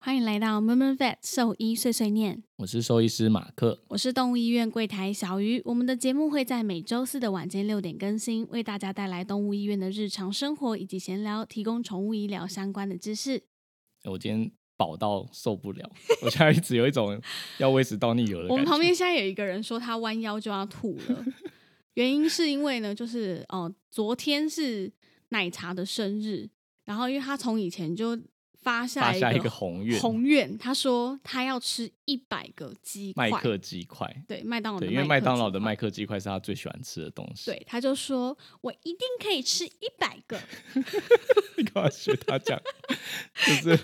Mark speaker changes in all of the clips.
Speaker 1: 欢迎来到 Murmur Vet 兽医碎碎念，
Speaker 2: 我是兽医师马克。
Speaker 1: 我是动物医院柜台小鱼。我们的节目会在每周四的晚间六点更新，为大家带来动物医院的日常生活以及闲聊，提供宠物医疗相关的知识。
Speaker 2: 哎我今天饱到受不了， 我现在一直有一种要胃食道逆流的感觉。
Speaker 1: 我们旁边现在有一个人说他弯腰就要吐 了，原因是因为呢，就是哦、呃昨天是奶茶的生日，然后因为他从以前就发
Speaker 2: 发
Speaker 1: 下
Speaker 2: 下一个宏愿，
Speaker 1: 宏愿，他说他要吃一百个鸡块
Speaker 2: 麦，克鸡块。
Speaker 1: 对麦当劳的麦克鸡
Speaker 2: 对，
Speaker 1: 块，
Speaker 2: 因为麦当劳的麦克鸡块是他最喜欢吃的东西。，
Speaker 1: 对，他就说：“我一定可以吃一百 个。
Speaker 2: 你干嘛学他讲？ 就是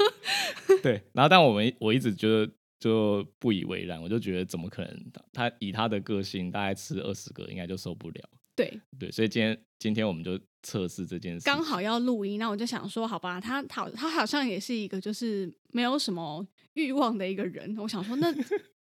Speaker 2: 对，然后但我们我一直觉得就不以为然，我就觉得怎么可能？他以他的个性，大概吃二十个应该就受不了。”
Speaker 1: 对，
Speaker 2: 对，所以今天今天我们就测试这件事，
Speaker 1: 刚好要录音，那我就想说，好吧，他他他好像也是一个就是没有什么欲望的一个人。我想说， 那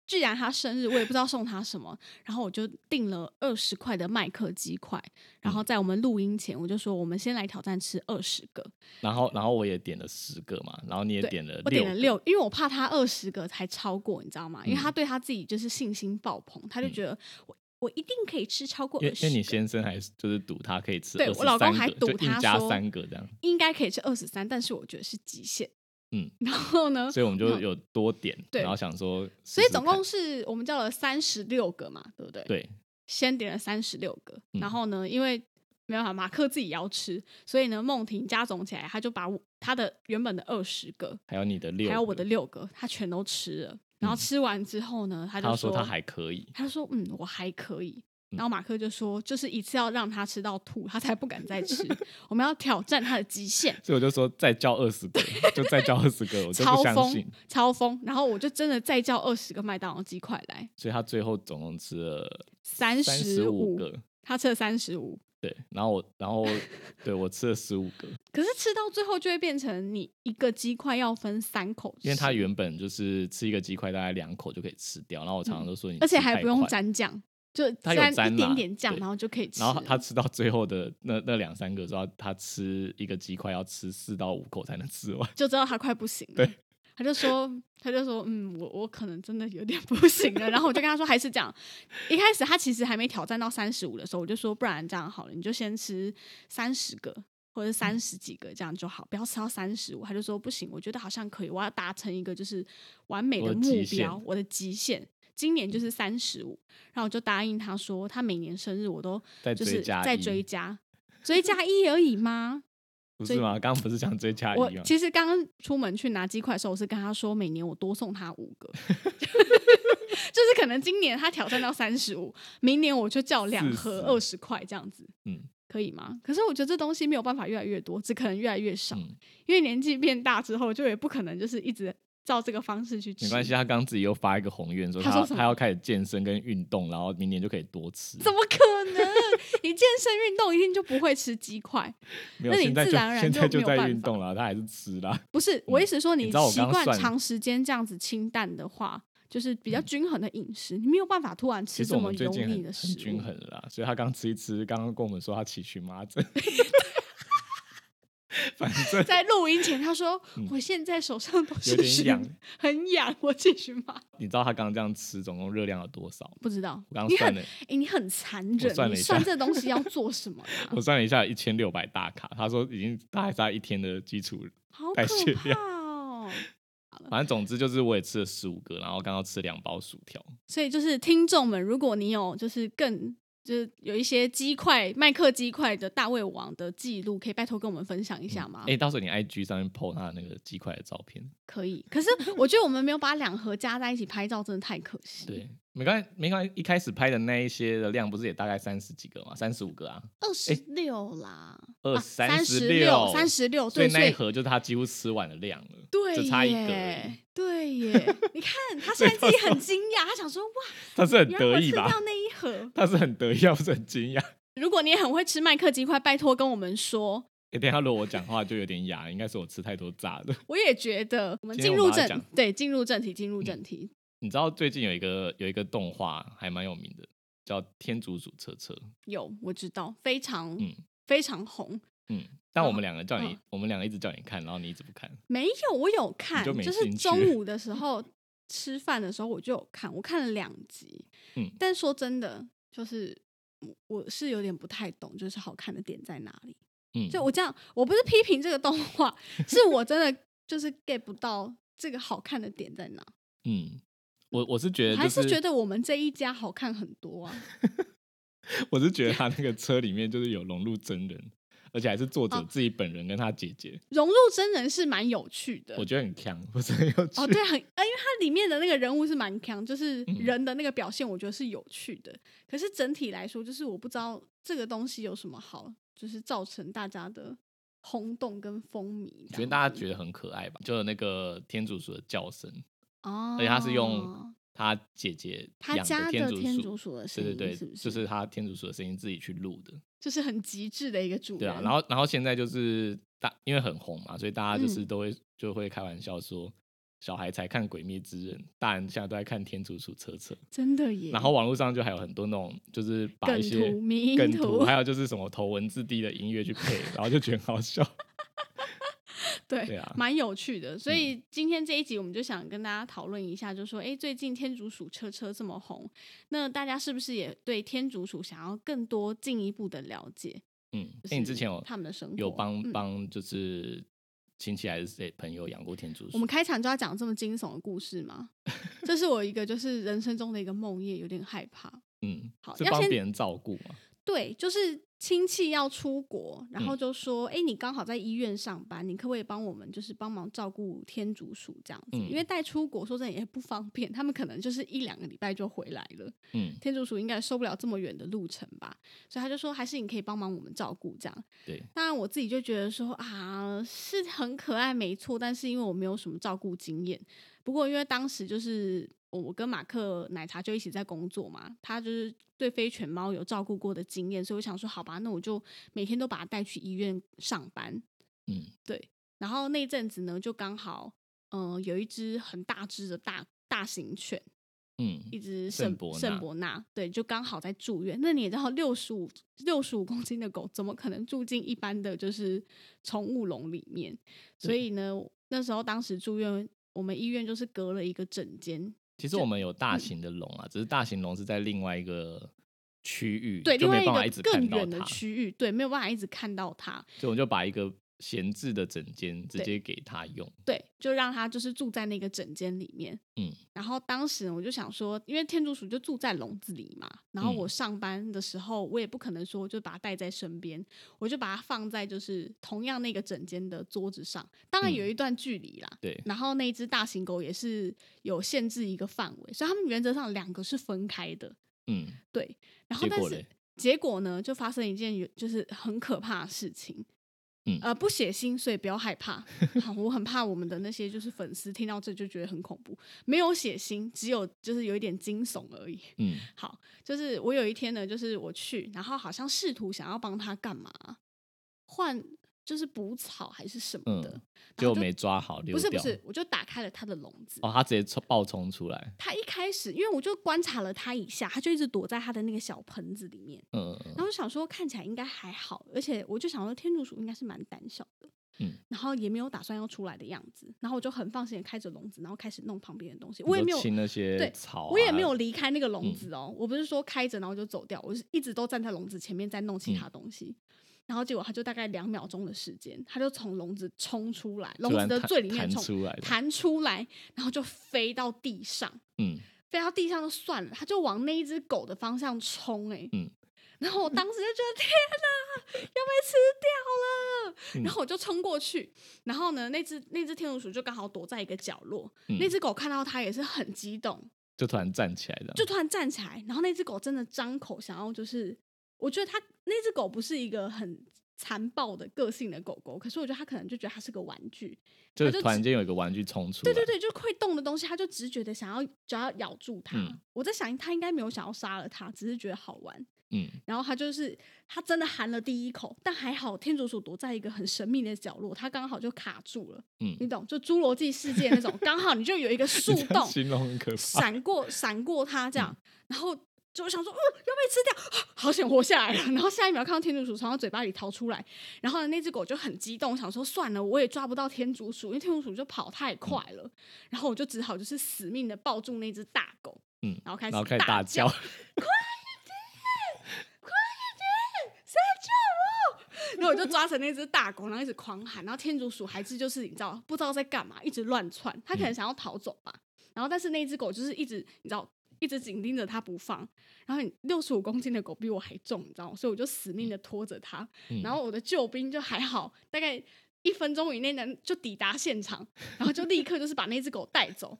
Speaker 1: 既然他生日，我也不知道送他什么，然后我就订了二十块的麦克鸡块，然
Speaker 2: 嗯
Speaker 1: 后在我们录音前，我就说我们先来挑战吃二十个，
Speaker 2: 然后然后我也点了十个嘛，然后你也
Speaker 1: 对
Speaker 2: 点了六，嗯
Speaker 1: 我点了，六，因为我怕他二十个才超过，你知道吗？因为他对他自己就是信心爆棚，他就觉得我。我一定可以吃超过
Speaker 2: 因为
Speaker 1: 20
Speaker 2: 因为你
Speaker 1: 个
Speaker 2: 先生还是就是赌他可以吃23
Speaker 1: 对
Speaker 2: 个，
Speaker 1: 我老公还赌
Speaker 2: 就硬
Speaker 1: 他
Speaker 2: 加
Speaker 1: 说
Speaker 2: 三个这样，
Speaker 1: 应该可以吃二十三，但是我觉得是极限。
Speaker 2: 嗯，
Speaker 1: 然后呢，
Speaker 2: 所以我们就
Speaker 1: 嗯
Speaker 2: 有多点，
Speaker 1: 对
Speaker 2: 然后想说试试
Speaker 1: 所
Speaker 2: 看，
Speaker 1: 以总共是我们叫了三十六个嘛，对不对？，
Speaker 2: 对
Speaker 1: 先点了三十六个，
Speaker 2: 嗯
Speaker 1: 然后呢，因为没办法，马克自己也要吃，所以呢，梦婷加总起来，他就把我他的原本的二十个，
Speaker 2: 还有你的六个，嗯
Speaker 1: 还有我的六个，他全都吃了。然后吃完之后呢，他
Speaker 2: 他
Speaker 1: 就
Speaker 2: 要说他还嗯可以，
Speaker 1: 他就说：“嗯，我还可以。”然后马克就说：“就是一次要让他吃到吐，他才不敢再 吃。我们要挑战他的极限。”
Speaker 2: 所以我就说再叫二十个，就再叫二十个，我就
Speaker 1: 超
Speaker 2: 不相信
Speaker 1: 疯。，超疯！然后我就真的再叫二十个麦当劳鸡块来，
Speaker 2: 所以他最后总共吃了
Speaker 1: 三
Speaker 2: 十
Speaker 1: 五，
Speaker 2: 个，
Speaker 1: 他吃了三十五。
Speaker 2: 对，然后我 然后对我吃了十五个，
Speaker 1: 可是吃到最后就会变成你一个鸡块要分三口吃，
Speaker 2: 因为他原本就是吃一个鸡块大概两口就可以吃掉，然后我常常都说你、
Speaker 1: 嗯而且还不用，沾酱，就
Speaker 2: 他有沾
Speaker 1: 一
Speaker 2: 啦
Speaker 1: 点点酱，
Speaker 2: 对
Speaker 1: 然后就可以吃
Speaker 2: 然
Speaker 1: 了。
Speaker 2: 后他吃到最后的那那两三个之后，他吃一个鸡块要吃四到五口才能吃完，
Speaker 1: 就知道他快不行了
Speaker 2: 对。
Speaker 1: 他就说，他就说，嗯，我我可能真的有点不行了。然后我就跟他说，还是这样。一开始他其实还没挑战到三十五的时候，我就说，不然这样好了，你就先吃三十个或者三十几个这样就好，不要吃到三十五。他就说不行，我觉得好像可以，我要达成一个就是完美
Speaker 2: 我
Speaker 1: 的
Speaker 2: 的
Speaker 1: 目
Speaker 2: 极
Speaker 1: 标，
Speaker 2: 限
Speaker 1: 我的极限。今年就是三十五，然后我就答应他说，他每年生日我都
Speaker 2: 再
Speaker 1: 就
Speaker 2: 追
Speaker 1: 是
Speaker 2: 加
Speaker 1: 再
Speaker 2: 一
Speaker 1: 追加，追加一而已吗？
Speaker 2: 不
Speaker 1: 追
Speaker 2: 是吗？刚刚不是讲追加
Speaker 1: 我
Speaker 2: 一吗？
Speaker 1: 其实刚刚出门去拿鸡块的时候，我是跟他说，每年我多送他五个， 就是可能今年他挑战到三十五，明年我就叫两盒二十块这样子，
Speaker 2: 嗯
Speaker 1: 可以吗？可是我觉得这东西没有办法越来越多，只可能越来越少，
Speaker 2: 嗯，
Speaker 1: 因为年纪变大之后，就也不可能就是一直照这个方式去吃。
Speaker 2: 没关系，，他啊刚自己又发一个宏愿说
Speaker 1: 他
Speaker 2: 他
Speaker 1: 说什么
Speaker 2: 他要开始健身跟运动，然后明年就可以多吃，
Speaker 1: 怎么可能？ 你健身运动一定就不会吃鸡块？
Speaker 2: 没有
Speaker 1: 那你
Speaker 2: 现在就
Speaker 1: 自然而然
Speaker 2: 现
Speaker 1: 就
Speaker 2: 在
Speaker 1: 没
Speaker 2: 就
Speaker 1: 有
Speaker 2: 在
Speaker 1: 办
Speaker 2: 运
Speaker 1: 法
Speaker 2: 动了，他还是吃啦。
Speaker 1: 不是，我意思是说，
Speaker 2: 嗯你
Speaker 1: 你
Speaker 2: 知道我
Speaker 1: 习
Speaker 2: 刚刚
Speaker 1: 惯
Speaker 2: 算嗯
Speaker 1: 长时间这样子清淡的话，就是比较均衡的饮食，你没有办法突然吃
Speaker 2: 其实
Speaker 1: 这
Speaker 2: 我
Speaker 1: 么
Speaker 2: 们最
Speaker 1: 油
Speaker 2: 近
Speaker 1: 腻
Speaker 2: 很
Speaker 1: 的
Speaker 2: 很
Speaker 1: 食
Speaker 2: 均
Speaker 1: 物。
Speaker 2: 衡了啦，所以他刚吃一吃，刚刚跟我们说他起荨麻 疹，反正
Speaker 1: 在录音前，他说：“
Speaker 2: 嗯
Speaker 1: 我现在手上都
Speaker 2: 有
Speaker 1: 是
Speaker 2: 点
Speaker 1: 荨
Speaker 2: 痒。
Speaker 1: 很痒，我继续骂。
Speaker 2: 你知道他刚刚这样吃总共热量有多少吗？”
Speaker 1: 不知道
Speaker 2: 我刚
Speaker 1: 你
Speaker 2: 刚
Speaker 1: 很
Speaker 2: 算了，
Speaker 1: 哎、你很残忍，
Speaker 2: 算
Speaker 1: 你
Speaker 2: 了一
Speaker 1: 算
Speaker 2: 下？
Speaker 1: 这东西要做什么呀
Speaker 2: 我算了一下，一千六百大卡。他说已经大概在一天的基础，
Speaker 1: 好
Speaker 2: 太
Speaker 1: 可
Speaker 2: 血
Speaker 1: 怕哦！
Speaker 2: 反正总之就是我也吃了十五个，然后刚刚吃两包薯条。
Speaker 1: 所以就是听众们，如果你有就是更就是有一些鸡块麦克鸡块的大胃王的记录，可以拜托跟我们分享一下吗？
Speaker 2: 哎、到时候你 IG 上面 PO 他的那个鸡块的照片，
Speaker 1: 可以，可是我觉得我们没有把两盒加在一起拍照，真的太可惜。
Speaker 2: 对，没关没关系，一开始拍的那一些的量不是也大概三十几个嘛，三十五个啊，
Speaker 1: 二十六啦，
Speaker 2: 二
Speaker 1: 啊三
Speaker 2: 十
Speaker 1: 六，三十六，
Speaker 2: 所
Speaker 1: 哦对，
Speaker 2: 以
Speaker 1: 所
Speaker 2: 那一
Speaker 1: 以
Speaker 2: 盒就是他几乎吃完的量了，
Speaker 1: 对
Speaker 2: 只
Speaker 1: 耶，
Speaker 2: 差一个而已
Speaker 1: 对耶，你看他现在自己很 惊讶，他想说哇，
Speaker 2: 他是很
Speaker 1: 原来我
Speaker 2: 得意
Speaker 1: 吃
Speaker 2: 吧
Speaker 1: 掉？那一盒。
Speaker 2: 他是很得意，要不是很惊讶。
Speaker 1: 如果你也很会吃麦克鸡块，拜托跟我们说。
Speaker 2: 欸、等一下如果我讲话就有点哑，应该是我吃太多炸的。
Speaker 1: 我也觉得，我们
Speaker 2: 今
Speaker 1: 进
Speaker 2: 天我
Speaker 1: 入
Speaker 2: 们要
Speaker 1: 正
Speaker 2: 讲嗯
Speaker 1: 对进入正题，进入正题。
Speaker 2: 你知道最近有一个有一个动画还蛮有名的，叫《天竺鼠车车》。
Speaker 1: 有我知道，非常
Speaker 2: 嗯
Speaker 1: 非常红。
Speaker 2: 嗯，但我
Speaker 1: 哦
Speaker 2: 们两个叫你，
Speaker 1: 嗯
Speaker 2: 我们两个一直叫你看，然后你一直不看。
Speaker 1: 没有，我有看，
Speaker 2: 你就没
Speaker 1: 是
Speaker 2: 兴趣
Speaker 1: 中 午的时候吃饭的时候我就有看，我看了两集。
Speaker 2: 嗯
Speaker 1: 但说真的，就是我我是有点不太懂，就是好看的点在哪里。
Speaker 2: 嗯，
Speaker 1: 就我这样，我不是批评这个动画，是我真的就是 get 不到这个好看的点在哪。
Speaker 2: 嗯，我我是觉
Speaker 1: 我
Speaker 2: 得、
Speaker 1: 还
Speaker 2: 就是
Speaker 1: 是觉得我们这一家好看很多啊。
Speaker 2: 我是觉得他那个车里面就是有融入真人，而且还是作者
Speaker 1: 哦
Speaker 2: 自己本人跟他姐姐，
Speaker 1: 融入真人是蛮有趣的
Speaker 2: 我。觉得很强，不是很有趣。
Speaker 1: 哦，对，很，呃因为它里面的那个人物是蛮强，就是
Speaker 2: 嗯
Speaker 1: 人的那个表现，我觉得是有趣的。可是整体来说，就是我不知道这个东西有什么好，就是造成大家的轰动跟风靡。
Speaker 2: 觉得大家觉得很可爱吧？就有那个天竺鼠的叫声，
Speaker 1: 得，哦，
Speaker 2: 而且他是用他姐姐
Speaker 1: 他
Speaker 2: 养
Speaker 1: 家
Speaker 2: 的
Speaker 1: 的
Speaker 2: 竺
Speaker 1: 天
Speaker 2: 鼠，
Speaker 1: 竺鼠的声
Speaker 2: 对
Speaker 1: 音，
Speaker 2: 对对，
Speaker 1: 是不是？
Speaker 2: 就是他天竺鼠的声音自己去录的，
Speaker 1: 就是很极致的一个主人。
Speaker 2: 对啊。然后然后现在就是大，因为很红嘛，所以大家就是
Speaker 1: 嗯
Speaker 2: 都会、就会开玩笑说。小孩才看《鬼灭之刃》，大人现在都在看《天竺鼠车车》，
Speaker 1: 真的耶，
Speaker 2: 然后网络上就还有很多那种，就是把一些
Speaker 1: 梗图迷因
Speaker 2: 梗
Speaker 1: 图
Speaker 2: 图，还有就是什么头文字 D 的音乐去配，然后就觉得很好 笑。
Speaker 1: 对，
Speaker 2: 对啊
Speaker 1: 蛮有趣的。所以今天这一集，我们就想跟大家讨论一下，就说，诶，最近天竺鼠车车这么红，那大家是不是也对天竺鼠想要更多进一步的了解？
Speaker 2: 嗯，
Speaker 1: 就
Speaker 2: 那你
Speaker 1: 是
Speaker 2: 之前有
Speaker 1: 他们的生活
Speaker 2: 有帮
Speaker 1: 嗯
Speaker 2: 帮就是亲戚还是谁朋友养过天竺鼠？
Speaker 1: 我们开场就要讲这么惊悚的故事吗？ 这是我一个就是人生中的一个梦魇，有点害怕。
Speaker 2: 嗯，
Speaker 1: 好
Speaker 2: 是
Speaker 1: 要
Speaker 2: 帮
Speaker 1: 先
Speaker 2: 别人照顾嘛？
Speaker 1: 对，就是亲戚要出国，然后
Speaker 2: 嗯
Speaker 1: 就说：“哎、你刚好在医院上班，你可不可以帮我们，就是帮忙照顾天竺鼠这样子？
Speaker 2: 嗯
Speaker 1: 因为带出国说真的也不方便，他们可能就是一两个礼拜就回来了，
Speaker 2: 嗯，
Speaker 1: 天竺鼠应该受不了这么远的路程吧？所以他就说，还是你可以帮忙我们照顾这样。
Speaker 2: 对，
Speaker 1: 当然我自己就觉得说啊，是很可爱没错，但是因为我没有什么照顾经验，不过因为当时就是我我跟马克奶茶就一起在工作嘛，他就是对飞犬猫有照顾过的经验，所以我想说，好吧，那我就每天都把它带去医院上班。
Speaker 2: 嗯，
Speaker 1: 对。然后那一阵子呢，就刚好，嗯、有一只很大只的大大型犬，
Speaker 2: 嗯，
Speaker 1: 一只
Speaker 2: 圣
Speaker 1: 圣
Speaker 2: 伯纳
Speaker 1: 圣伯纳，对，就刚好在住院。那你也知道，六十五六十五公斤的狗怎么可能住进一般的就是宠物笼里面？所以呢，那时候当时住院，我们医院就是隔了一个整间，
Speaker 2: 其实我们有
Speaker 1: 嗯
Speaker 2: 大型的笼啊，只是大型笼是在另外一个区域，
Speaker 1: 对，
Speaker 2: 就
Speaker 1: 另
Speaker 2: 没
Speaker 1: 外
Speaker 2: 有办法一
Speaker 1: 个
Speaker 2: 直
Speaker 1: 更
Speaker 2: 看到
Speaker 1: 远的
Speaker 2: 它，所
Speaker 1: 区域，对，没有办法一直看到它，
Speaker 2: 以我就把一个闲置的整间直
Speaker 1: 对
Speaker 2: 接给他用。
Speaker 1: 对，就让它就是住在那个整间里面。
Speaker 2: 嗯，
Speaker 1: 然后当时我就想说，因为天竺鼠就住在笼子里嘛，然后
Speaker 2: 嗯
Speaker 1: 我上班的时候，我也不可能说就把它带在身边，我就把它放在就是同样那个整间的桌子上，当然
Speaker 2: 嗯
Speaker 1: 有一段距离啦。
Speaker 2: 对，
Speaker 1: 然后那一只大型狗也是有限制一个范围，所以它们原则上两个是分开的。
Speaker 2: 嗯，
Speaker 1: 对，然后
Speaker 2: 结
Speaker 1: 但
Speaker 2: 果
Speaker 1: 是
Speaker 2: 嘞，
Speaker 1: 结果呢，就发生一件有就是很可怕的事情。
Speaker 2: 嗯
Speaker 1: 呃，不血腥，所以不要害怕。好，我很怕我们的那些就是粉丝听到这就觉得很恐怖。没有血腥，只有就是有一点惊悚而已。
Speaker 2: 嗯，
Speaker 1: 好，就是我有一天呢，就是我去，然后好像试图想要帮他干嘛，换就是补草还是什么的
Speaker 2: 嗯，
Speaker 1: 然后
Speaker 2: 就没抓好，溜
Speaker 1: 不是不
Speaker 2: 掉
Speaker 1: 是，我就打开了他的笼子。
Speaker 2: 哦，他直接冲爆冲出来，
Speaker 1: 他一开始，因为我就观察了他一下，他就一直躲在他的那个小盆子里面。
Speaker 2: 嗯嗯
Speaker 1: 然后我想说看起来应该还好，而且我就想说天竺鼠应该是蛮胆小的，
Speaker 2: 嗯，
Speaker 1: 然后也没有打算要出来的样子，然后我就很放心的开着笼子，然后开始弄旁边的东西，
Speaker 2: 嗯，
Speaker 1: 我也
Speaker 2: 你
Speaker 1: 没
Speaker 2: 说
Speaker 1: 有。
Speaker 2: 清那些
Speaker 1: 对
Speaker 2: 草、啊，嗯
Speaker 1: 我也没有离开那个笼子哦，我不是说开着然后就走掉，我是一直都站在笼子前面在弄其
Speaker 2: 嗯
Speaker 1: 他东西，然后结果他就大概两秒钟的时间，他就从笼子冲出来，笼
Speaker 2: 突
Speaker 1: 子
Speaker 2: 然
Speaker 1: 的
Speaker 2: 弹
Speaker 1: 最里面
Speaker 2: 弹
Speaker 1: 冲
Speaker 2: 出来的
Speaker 1: 弹出来，然后就飞到地上，
Speaker 2: 嗯，
Speaker 1: 飞到地上就算了，他就往那一只狗的方向冲、哎，
Speaker 2: 嗯
Speaker 1: 然后我当时就觉得天哪，要被吃
Speaker 2: 嗯
Speaker 1: 掉了，然后我就冲过去，然后呢，那只那只天竺鼠就刚好躲在一个角落，
Speaker 2: 嗯
Speaker 1: 那只狗看到它也是很激动，
Speaker 2: 就突然站起来的，
Speaker 1: 就突然站起来，然后那只狗真的张口想要就是，我觉得它那只狗不是一个很残暴的个性的狗狗，可是我觉得它可能就觉得它是个玩具，
Speaker 2: 就
Speaker 1: 它就是
Speaker 2: 突然间有一个玩具冲出来，
Speaker 1: 对对对，就会动的东西，它就直觉的想要就要咬住它。
Speaker 2: 嗯
Speaker 1: 我在想，它应该没有想要杀了它，只是觉得好玩。
Speaker 2: 嗯，
Speaker 1: 然后它就是它真的含了第一口，但还好天竺鼠躲在一个很神秘的角落，它刚好就卡住了，
Speaker 2: 嗯
Speaker 1: 你懂？就侏罗纪世界 那种，刚好你就有一个树
Speaker 2: 你这样
Speaker 1: 洞，
Speaker 2: 形容很可怕，嗯
Speaker 1: 闪过闪过它这样，然后就想说，嗯，要被吃掉，啊 好险活下来了。然后下一秒看到天竺鼠从它嘴巴里逃出来，然后那只狗就很激动，想说算了，我也抓不到天竺鼠，因为天竺鼠就跑太快了。
Speaker 2: 嗯
Speaker 1: 然后我就只好就是死命的抱住那只大狗，
Speaker 2: 嗯，
Speaker 1: 然后开
Speaker 2: 然
Speaker 1: 始
Speaker 2: 后开始
Speaker 1: 大
Speaker 2: 大叫，
Speaker 1: 然后我就抓成那只大狗，然后一直狂喊，然后天竺鼠还是就是你知道不知道在干嘛，一直乱窜，它
Speaker 2: 嗯
Speaker 1: 可能想要逃走吧，然后但是那只狗就是一直你知道一直紧盯着它不放，然后六十五公斤的狗比我还重，你知道吗？所以我就死命的拖着它，
Speaker 2: 嗯
Speaker 1: 然后我的救兵就还好，大概一分钟以内能就抵达现场，然后就立刻就是把那只狗带走。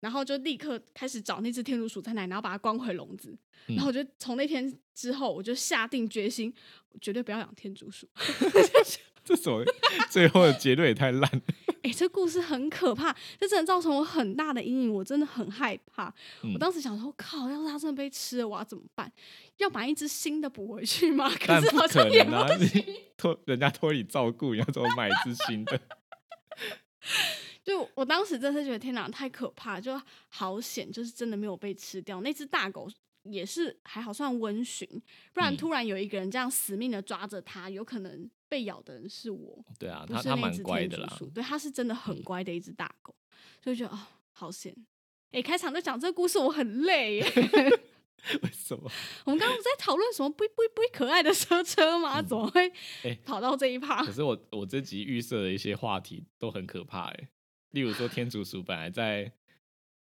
Speaker 1: 然后就立刻开始找那只天竺鼠在哪里，然后把它关回笼子。
Speaker 2: 嗯
Speaker 1: 然后我就从那天之后，我就下定决心，我绝对不要养天竺鼠。
Speaker 2: 这种最后的结论也太烂了，
Speaker 1: 哎、这故事很可怕，这真的造成我很大的阴影，我真的很害怕。
Speaker 2: 嗯
Speaker 1: 我当时想说，靠，要是它真的被吃了，我要怎么办？要买一只新的补回去吗？ 可
Speaker 2: 但
Speaker 1: 是
Speaker 2: 不
Speaker 1: 好
Speaker 2: 可
Speaker 1: 像也
Speaker 2: 能
Speaker 1: 不
Speaker 2: 啊，托人家托你照顾，你要怎么买一只新的？
Speaker 1: 就我当时真的是觉得天哪，太可怕了，就好险，就是真的没有被吃掉。那只大狗也是还好算温驯，不然
Speaker 2: 嗯
Speaker 1: 突然有一个人这样死命的抓着它，有可能被咬的人是我，
Speaker 2: 对啊，
Speaker 1: 不
Speaker 2: 他
Speaker 1: 是
Speaker 2: 他
Speaker 1: 那
Speaker 2: 蛮
Speaker 1: 只
Speaker 2: 乖
Speaker 1: 天
Speaker 2: 的
Speaker 1: 竺
Speaker 2: 啦，嗯
Speaker 1: 鼠。对，它是真的很乖的一只大狗，所以觉得哦，好险。哎、开场就讲这个故事，我很累 耶。
Speaker 2: 为 什么？
Speaker 1: 我们刚刚不是在讨论什么不不不可爱的车车吗？
Speaker 2: 嗯
Speaker 1: 怎么会
Speaker 2: 哎
Speaker 1: 跑到这一趴？
Speaker 2: 可是我我这集预设的一些话题都很可怕哎、例如说天竺鼠本来在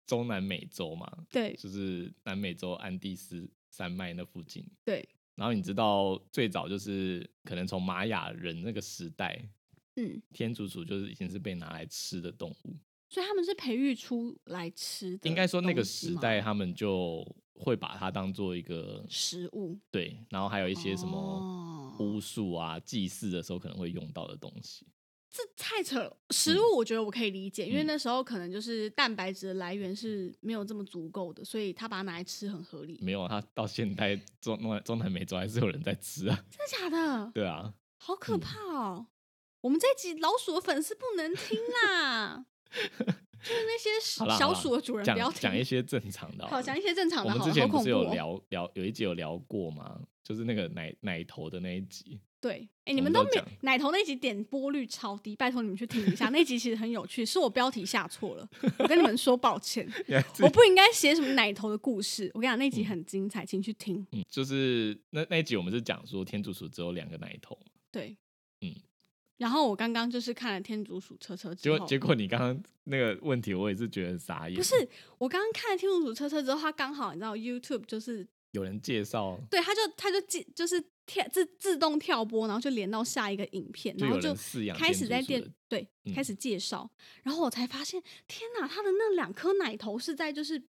Speaker 2: 中南美洲嘛，
Speaker 1: 对
Speaker 2: 就是南美洲安第斯山脉那附近。
Speaker 1: 对，
Speaker 2: 然后你知道最早就是可能从玛雅人那个时代，
Speaker 1: 嗯，
Speaker 2: 天竺鼠就是已经是被拿来吃的动物。
Speaker 1: 所以他们是培育出来吃的，
Speaker 2: 应该说那个时代他们就会把它当做一个
Speaker 1: 食物，
Speaker 2: 对，然后还有一些什么
Speaker 1: 哦
Speaker 2: 巫术啊、祭祀的时候可能会用到的东西。
Speaker 1: 这太扯了。食物我觉得我可以理解，因为
Speaker 2: 嗯
Speaker 1: 那时候可能就是蛋白质的来源是没有这么足够的，所以他把它拿来吃很合理。
Speaker 2: 没有，啊，它到现代中中中南美洲还是有人在吃啊。
Speaker 1: 真的假的？
Speaker 2: 对啊，
Speaker 1: 好可
Speaker 2: 嗯
Speaker 1: 怕哦！我们这一集老鼠的粉丝不能听啦，就是那些
Speaker 2: 好啦
Speaker 1: 小鼠的主人
Speaker 2: 讲
Speaker 1: 不要
Speaker 2: 讲一
Speaker 1: 听。
Speaker 2: 些正常的好了。
Speaker 1: 好，讲一些正常
Speaker 2: 我
Speaker 1: 的
Speaker 2: 们
Speaker 1: 好
Speaker 2: 之
Speaker 1: 了，好
Speaker 2: 前不
Speaker 1: 恐
Speaker 2: 是
Speaker 1: 怖
Speaker 2: 有
Speaker 1: 哦。
Speaker 2: 聊聊有一集有聊过吗？就是那个奶奶头的那一集，
Speaker 1: 对，哎、
Speaker 2: 我
Speaker 1: 你
Speaker 2: 们
Speaker 1: 们
Speaker 2: 都
Speaker 1: 都没有
Speaker 2: 讲
Speaker 1: 奶头那集点播率超低，拜托你们去听一下，那集其实很有趣，是我标题下错了，我跟你们说抱 歉， 我不应该写什么奶头的故事。我跟你讲，那集很精彩，请去听。
Speaker 2: 嗯，就是那那一集我们是讲说天竺鼠只有两个奶头，
Speaker 1: 对，
Speaker 2: 嗯。
Speaker 1: 然后我刚刚就是看了《天竺鼠车车》之
Speaker 2: 结
Speaker 1: 后，
Speaker 2: 果结果你刚刚那个问题我也是觉得很傻眼，
Speaker 1: 哦不是我刚刚看了《天竺鼠车车》之后，它刚好你知道 YouTube 就是
Speaker 2: 有人介绍，
Speaker 1: 对，它就它就自就是跳自自动跳播，然后就连到下一个影片，
Speaker 2: 就
Speaker 1: 然后
Speaker 2: 有
Speaker 1: 就
Speaker 2: 人饲养
Speaker 1: 开始在
Speaker 2: 天
Speaker 1: 电
Speaker 2: 竺鼠的
Speaker 1: 对
Speaker 2: 嗯
Speaker 1: 开始介绍，然后我才发现，天哪，它的那两颗奶头是在就是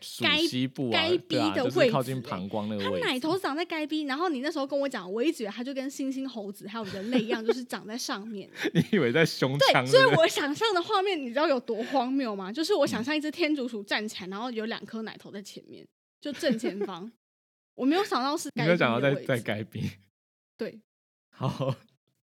Speaker 2: 鼠
Speaker 1: 该
Speaker 2: 西部啊，
Speaker 1: 该逼
Speaker 2: 对啊
Speaker 1: 的
Speaker 2: 就是
Speaker 1: 位
Speaker 2: 靠
Speaker 1: 置
Speaker 2: 近
Speaker 1: 欸
Speaker 2: 膀胱那个
Speaker 1: 它
Speaker 2: 位置，
Speaker 1: 奶头长在该逼，然后你那时候跟我讲，我一直以为它就跟猩猩、猴子还有人类一样，就是长在上 面。
Speaker 2: 你以为在胸
Speaker 1: 对，
Speaker 2: 腔？
Speaker 1: 所以
Speaker 2: 对不对
Speaker 1: 我想象的画面，你知道有多荒谬吗？就是我
Speaker 2: 嗯
Speaker 1: 想象一只天竺鼠站起来，然后有两颗奶头在前面，就正前方。 我没有想到是
Speaker 2: 你
Speaker 1: 该
Speaker 2: 没有
Speaker 1: 逼
Speaker 2: 想到
Speaker 1: 的
Speaker 2: 在
Speaker 1: 位
Speaker 2: 在
Speaker 1: 置
Speaker 2: 该宾，
Speaker 1: 对，
Speaker 2: 好，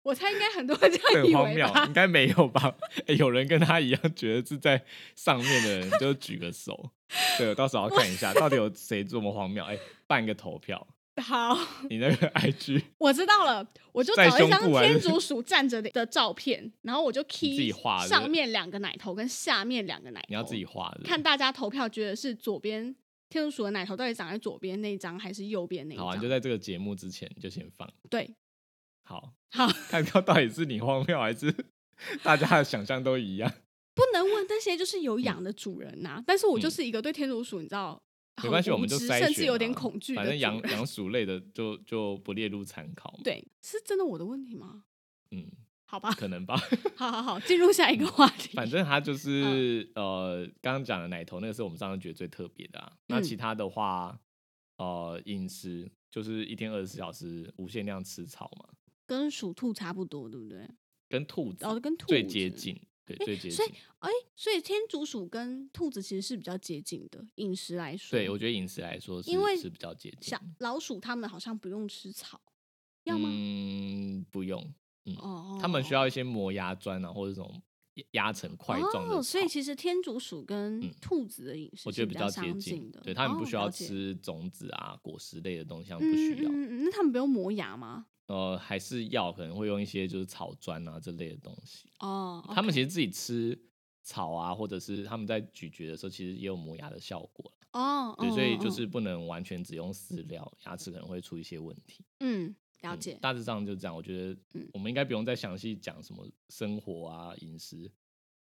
Speaker 1: 我猜应该很多人这样
Speaker 2: 很
Speaker 1: 以
Speaker 2: 荒
Speaker 1: 为
Speaker 2: 谬，
Speaker 1: 吧
Speaker 2: 应。该没有吧、诶有人跟他一样觉得是在上面的人，就举个 手。对，我到时候要看一下到底有谁这么荒谬。哎、办个投票，
Speaker 1: 好，
Speaker 2: 你那个 IG
Speaker 1: 我知道了，我就
Speaker 2: 在
Speaker 1: 找一
Speaker 2: 胸
Speaker 1: 张
Speaker 2: 部还啊是
Speaker 1: 天竺鼠站着的的照片，然后我就
Speaker 2: 你自
Speaker 1: key
Speaker 2: 己画的
Speaker 1: 上面两个奶头跟下面两个奶头，
Speaker 2: 你要自己画的。
Speaker 1: 看大家投票，觉得是左边天竺鼠的奶头到底长在左边那一张还是右边那一
Speaker 2: 好啊，
Speaker 1: 张？
Speaker 2: 你就在这个节目之前你就先放
Speaker 1: 对，
Speaker 2: 好，
Speaker 1: 好，
Speaker 2: 看到到底是你荒谬 还是大家的想象都一样。
Speaker 1: 不能问那些就是有养的主人呐、但是我就
Speaker 2: 嗯
Speaker 1: 是一个对天竺鼠，你知道，
Speaker 2: 没关系，
Speaker 1: 很无
Speaker 2: 我们就
Speaker 1: 知
Speaker 2: 筛选啊、
Speaker 1: 甚至有点恐惧的
Speaker 2: 反
Speaker 1: 主人。
Speaker 2: 正养养鼠类的就就不列入参考嘛。
Speaker 1: 对，是真的我的问题吗？
Speaker 2: 嗯，
Speaker 1: 好吧，
Speaker 2: 可能吧。
Speaker 1: 好好好，进入下一个话题。
Speaker 2: 嗯反 正它
Speaker 1: 嗯
Speaker 2: 就是、呃，刚刚讲的奶头那个是我们上次觉得最特别的啊。那
Speaker 1: 嗯
Speaker 2: 其他的话，呃，饮食就是一天二十四小时无限量吃草嘛，
Speaker 1: 跟属兔差不多，对不对？
Speaker 2: 跟兔子
Speaker 1: 然哦后跟兔
Speaker 2: 最接
Speaker 1: 子。
Speaker 2: 近，对，最接
Speaker 1: 所
Speaker 2: 近
Speaker 1: 以。哎、所以天竺鼠跟兔子其实是比较接近的，饮食来说。
Speaker 2: 对，我觉得饮食来说是
Speaker 1: 因为
Speaker 2: 是比较接近
Speaker 1: 小
Speaker 2: 的。
Speaker 1: 老鼠它们好像不用吃草，要吗？
Speaker 2: 嗯，不用，
Speaker 1: 哦、
Speaker 2: 他们需要一些磨牙砖啊，或者这种压成块状的草、
Speaker 1: 哦，所以其实天竺鼠跟
Speaker 2: 嗯
Speaker 1: 兔子的饮食
Speaker 2: 我觉得
Speaker 1: 是比
Speaker 2: 较接
Speaker 1: 相
Speaker 2: 近
Speaker 1: 的，
Speaker 2: 对他们不
Speaker 1: 哦
Speaker 2: 需要
Speaker 1: 了解
Speaker 2: 吃种子啊、果实类的东西，他们
Speaker 1: 嗯
Speaker 2: 不需要。
Speaker 1: 嗯嗯嗯那他们不用磨牙吗？
Speaker 2: 呃，还是要可能会用一些就是草砖啊这类的东西。
Speaker 1: 哦，
Speaker 2: 他们其实自己吃草啊，或者是他们在咀嚼的时候，其实也有磨牙的效果。
Speaker 1: 哦，
Speaker 2: 对，
Speaker 1: 哦
Speaker 2: 所以
Speaker 1: 哦
Speaker 2: 就
Speaker 1: 哦
Speaker 2: 是不能完全只用饲料，牙齿可能会出一些问题。
Speaker 1: 嗯，了
Speaker 2: 嗯
Speaker 1: 解。
Speaker 2: 大致上就这样。我觉得
Speaker 1: 嗯
Speaker 2: 我们应该不用再详细讲什么生活啊、饮食、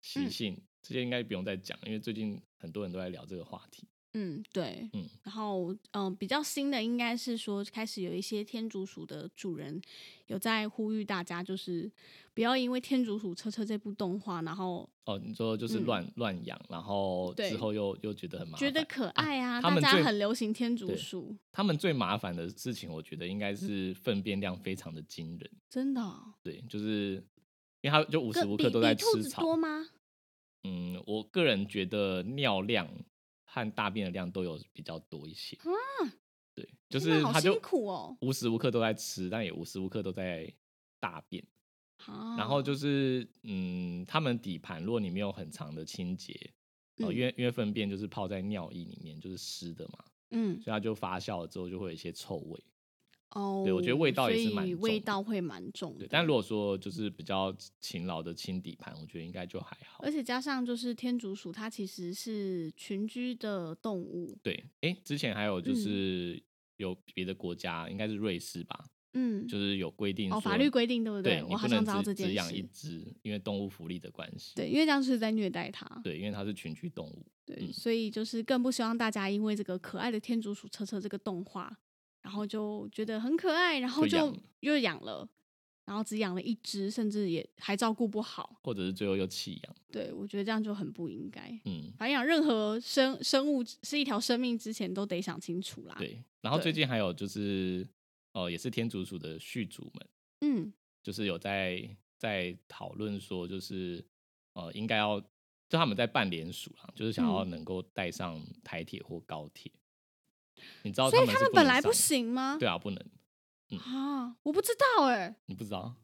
Speaker 2: 习
Speaker 1: 嗯
Speaker 2: 性、这些，应该不用再讲，因为最近很多人都在聊这个话题。
Speaker 1: 嗯，对，
Speaker 2: 嗯
Speaker 1: 然后嗯、比较新的应该是说，开始有一些天竺鼠的主人有在呼吁大家，就是不要因为《天竺鼠车车》这部动画，然后
Speaker 2: 哦，你说就是
Speaker 1: 嗯
Speaker 2: 乱、乱养，然后
Speaker 1: 对
Speaker 2: 之后又又觉得很麻烦。嗯
Speaker 1: 觉得可爱啊，
Speaker 2: 他
Speaker 1: 大
Speaker 2: 们
Speaker 1: 家
Speaker 2: 最
Speaker 1: 很流行天竺
Speaker 2: 对
Speaker 1: 鼠，
Speaker 2: 他们最麻烦的事情，我觉得应该
Speaker 1: 嗯
Speaker 2: 是粪便量非常的惊人。
Speaker 1: 真的、哦，
Speaker 2: 对，就是因为他就无时
Speaker 1: 更
Speaker 2: 无
Speaker 1: 比
Speaker 2: 刻都在
Speaker 1: 比兔
Speaker 2: 吃
Speaker 1: 子多
Speaker 2: 草。
Speaker 1: 吗？
Speaker 2: 嗯，我个人觉得尿量和大便的量都有比较多一些。对，就
Speaker 1: 啊天哪
Speaker 2: 是
Speaker 1: 好
Speaker 2: 他就
Speaker 1: 辛苦哦
Speaker 2: 无时无刻都在吃，但也无时无刻都在大便。
Speaker 1: 啊，
Speaker 2: 然后就是，嗯，他们底盘如果你没有很长的清洁，呃
Speaker 1: 嗯
Speaker 2: 因为因为粪便就是泡在尿液里面，就是湿的嘛，
Speaker 1: 嗯
Speaker 2: 所以它就发酵了之后就会有一些臭味。
Speaker 1: 哦，
Speaker 2: 对我觉得味道也是
Speaker 1: 所
Speaker 2: 蛮
Speaker 1: 以
Speaker 2: 重
Speaker 1: 味
Speaker 2: 的
Speaker 1: 道会蛮重
Speaker 2: 对，
Speaker 1: 的，
Speaker 2: 但如果说就是比较勤劳的清底盘，我觉得应该就还好
Speaker 1: 而。且加上就是天竺鼠，它其实是群居的动物，
Speaker 2: 对，哎，之前还有就
Speaker 1: 嗯
Speaker 2: 是有别的国家，应该是瑞士吧，
Speaker 1: 嗯，
Speaker 2: 就是有规定
Speaker 1: 哦，
Speaker 2: 说
Speaker 1: 法律规定对不
Speaker 2: 对，
Speaker 1: 我
Speaker 2: 你
Speaker 1: 好
Speaker 2: 不
Speaker 1: 像
Speaker 2: 能
Speaker 1: 知道这
Speaker 2: 只
Speaker 1: 件
Speaker 2: 只养一
Speaker 1: 事。
Speaker 2: 只，因为动物福利的关系。
Speaker 1: 对，因为这样是在虐待它。
Speaker 2: 对，因为它是群居动物。
Speaker 1: 对，
Speaker 2: 嗯
Speaker 1: 所以就是更不希望大家因为这个可爱的天竺鼠车车这个动画，然后就觉得很可爱，然后
Speaker 2: 就养
Speaker 1: 就又养了，然后只养了一只，甚至也还照顾不好。
Speaker 2: 或者是最后又弃养，
Speaker 1: 对我觉得这样就很不应该。
Speaker 2: 嗯，
Speaker 1: 反正养任何生生物是一条生命之前都得想清楚啦。，
Speaker 2: 对。然后最
Speaker 1: 啊对
Speaker 2: 近还有就是，呃，也是天竺鼠的续主们，
Speaker 1: 嗯，
Speaker 2: 就是有在在讨论说，就是呃，应该要就他们在办联署啊，就是想要
Speaker 1: 嗯
Speaker 2: 能够带上台铁或高铁。你知道
Speaker 1: 所以
Speaker 2: 们
Speaker 1: 他
Speaker 2: 是
Speaker 1: 们
Speaker 2: 不
Speaker 1: 本
Speaker 2: 能
Speaker 1: 来不
Speaker 2: 上
Speaker 1: 行吗？
Speaker 2: 对啊，不能，
Speaker 1: 啊，我不知道哎、
Speaker 2: 你不知道。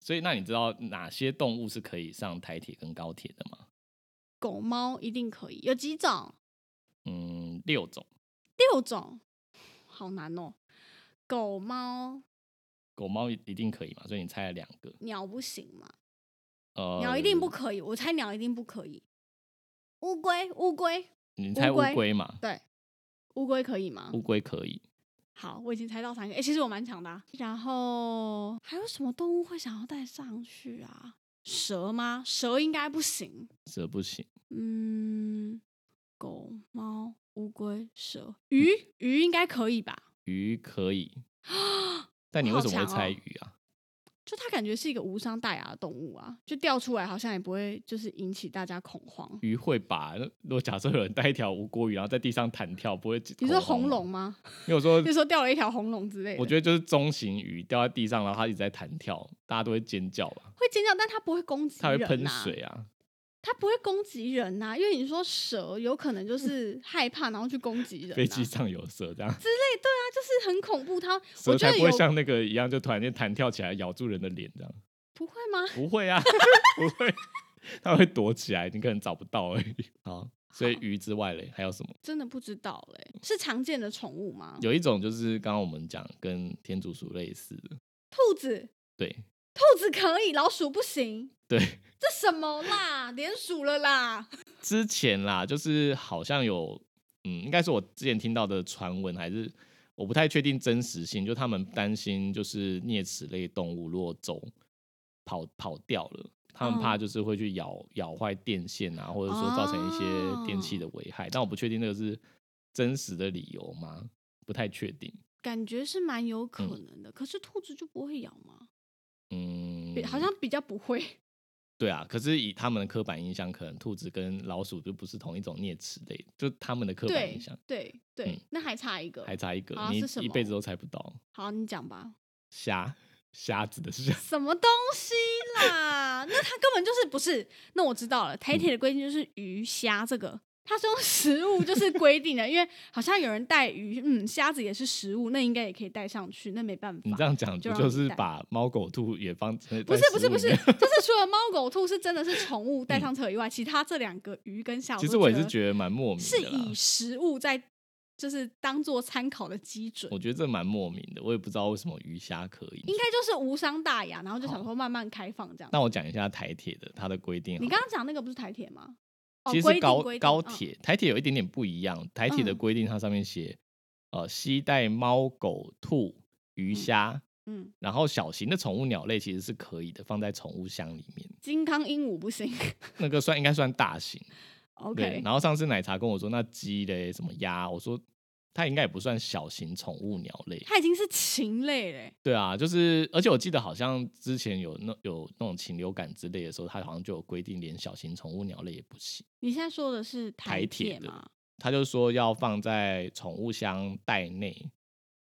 Speaker 2: 所以那你知道哪些动物是可以上台铁跟高铁的吗？
Speaker 1: 狗猫一定可以，有几种？
Speaker 2: 嗯，六种。
Speaker 1: 六种，好难哦。狗、猫、
Speaker 2: 狗猫一一定可以嘛，所以你猜了两个。
Speaker 1: 鸟不行嘛？
Speaker 2: 呃，
Speaker 1: 鸟一定不可以，我猜鸟一定不可以。乌龟，乌龟，
Speaker 2: 你猜
Speaker 1: 乌
Speaker 2: 乌
Speaker 1: 龟
Speaker 2: 龟嘛？
Speaker 1: 对，乌龟可以吗？
Speaker 2: 乌龟可以。
Speaker 1: 好，我已经猜到三个。哎、其实我蛮强的啊、然后还有什么动物会想要带上去啊？蛇吗？蛇应该不行。
Speaker 2: 蛇不行，
Speaker 1: 嗯，狗、猫、乌龟、蛇、
Speaker 2: 嗯
Speaker 1: 鱼，鱼应该可以吧？
Speaker 2: 鱼可以。 但你为什么会
Speaker 1: 哦
Speaker 2: 猜鱼啊？
Speaker 1: 就它感觉是一个无伤大雅的动物啊，就掉出来好像也不会就是引起大家恐慌。
Speaker 2: 鱼会吧？如果假设有人带一条无锅鱼，然后在地上弹跳，不会。
Speaker 1: 你说红龙？吗？
Speaker 2: 因为我说
Speaker 1: 就，说掉了一条红龙之类的，
Speaker 2: 哦我觉得就是中型鱼掉在地上，然后它一直在弹跳，大家都会尖叫吧？
Speaker 1: 会尖叫，但它不会攻击
Speaker 2: 它会
Speaker 1: 人、啊，
Speaker 2: 喷水啊。
Speaker 1: 它不会攻击人啊呐、因为你说蛇有可 能就是害怕，然后去攻击人、啊，
Speaker 2: 嗯飞机上有蛇，这样
Speaker 1: 它就是很恐怖。它我
Speaker 2: 蛇
Speaker 1: 觉
Speaker 2: 才
Speaker 1: 得
Speaker 2: 不会
Speaker 1: 有
Speaker 2: 像那个一样，就突然间弹跳起来咬住人的脸这样。
Speaker 1: 不会吗？
Speaker 2: 不会啊， 不会，它会躲起来，你可能找不到而已。好，所以
Speaker 1: 好
Speaker 2: 鱼之外嘞，还有什么？
Speaker 1: 真的不知道嘞、是常见的宠物吗？
Speaker 2: 有一种就是刚刚我们讲跟天竺鼠类似的，
Speaker 1: 兔子，
Speaker 2: 对
Speaker 1: 兔子可以，老鼠不行，
Speaker 2: 对。
Speaker 1: 这什么啦？连鼠了啦！
Speaker 2: 之前啦，就是好像有，嗯，应该是我之前听到的传闻，还是我不太确定真实性，就他们担心就是啮齿类动物落走跑跑掉了。他们
Speaker 1: 嗯
Speaker 2: 怕就是会去咬咬坏电线啊，或者说造成一些电
Speaker 1: 哦
Speaker 2: 器的危害，但我不确定那个是真实的理由吗？不太确定。
Speaker 1: 感觉是蛮有可能的，可是兔子就不会咬吗？
Speaker 2: 嗯，
Speaker 1: 比好像比较不会。
Speaker 2: 对啊，可是以他们的刻板印象，可能兔子跟老鼠就不是同一种啮齿类，就他们的刻板印
Speaker 1: 对
Speaker 2: 象
Speaker 1: 对对、
Speaker 2: 嗯
Speaker 1: 那还差一个。
Speaker 2: 还差一个，
Speaker 1: 啊
Speaker 2: 你
Speaker 1: 是什
Speaker 2: 一辈子
Speaker 1: 么
Speaker 2: 都猜不到
Speaker 1: 好，你讲吧。
Speaker 2: 虾虾子的虾。
Speaker 1: 什么东西啦？那它根本就是不是？那我知道了，台铁的规定就是鱼虾这个，它是用食物就是规定的，因为好像有人带鱼，嗯，虾子也是食物，那应该也可以带上去，那没办
Speaker 2: 你
Speaker 1: 法
Speaker 2: 这。样讲
Speaker 1: 就
Speaker 2: 不
Speaker 1: 让
Speaker 2: 就
Speaker 1: 你
Speaker 2: 是
Speaker 1: 带
Speaker 2: 把猫狗兔也放在
Speaker 1: 不
Speaker 2: 在
Speaker 1: 是不
Speaker 2: 食
Speaker 1: 是
Speaker 2: 物
Speaker 1: 不
Speaker 2: 里
Speaker 1: 是，
Speaker 2: 面
Speaker 1: 就是除了猫狗兔是真的是宠物带上车以外，其他这两个鱼跟虾，
Speaker 2: 其实我也是
Speaker 1: 得
Speaker 2: 觉得蛮莫名
Speaker 1: 是
Speaker 2: 的啦
Speaker 1: 以，食物在就是当做参考的基准，
Speaker 2: 我觉得这蛮莫名的，我也不知道为什么鱼虾可以。
Speaker 1: 应该就是无伤大雅，然后就想
Speaker 2: 好
Speaker 1: 说慢慢开放这样。
Speaker 2: 那我讲一下台铁的它的规定好了。
Speaker 1: 你刚刚讲那个不是台铁吗？哦
Speaker 2: 其实
Speaker 1: 规定
Speaker 2: 是高
Speaker 1: 规定
Speaker 2: 高
Speaker 1: 嗯
Speaker 2: 铁、台铁有一点点不一样，台铁的
Speaker 1: 嗯
Speaker 2: 规定它上面写，呃，携带猫狗兔鱼虾，
Speaker 1: 嗯，
Speaker 2: 然后小型的宠物鸟类其实是可以的，放在宠物箱里面，
Speaker 1: 金刚鹦鹉不行。
Speaker 2: 那个算应该算大型。 对
Speaker 1: OK，，
Speaker 2: 然后上次奶茶跟我说那鸡嘞什么鸭，我说它应该也不算小型宠物鸟类。
Speaker 1: 它已经是禽类欸嘞。
Speaker 2: 对啊，就是而且我记得好像之前有那有那种禽流感之类的时候，它好像就有规定，连小型宠物鸟类也不行。
Speaker 1: 你现在说的是
Speaker 2: 台铁
Speaker 1: 铁
Speaker 2: 的
Speaker 1: 吗？
Speaker 2: 他就说要放在宠物箱袋内，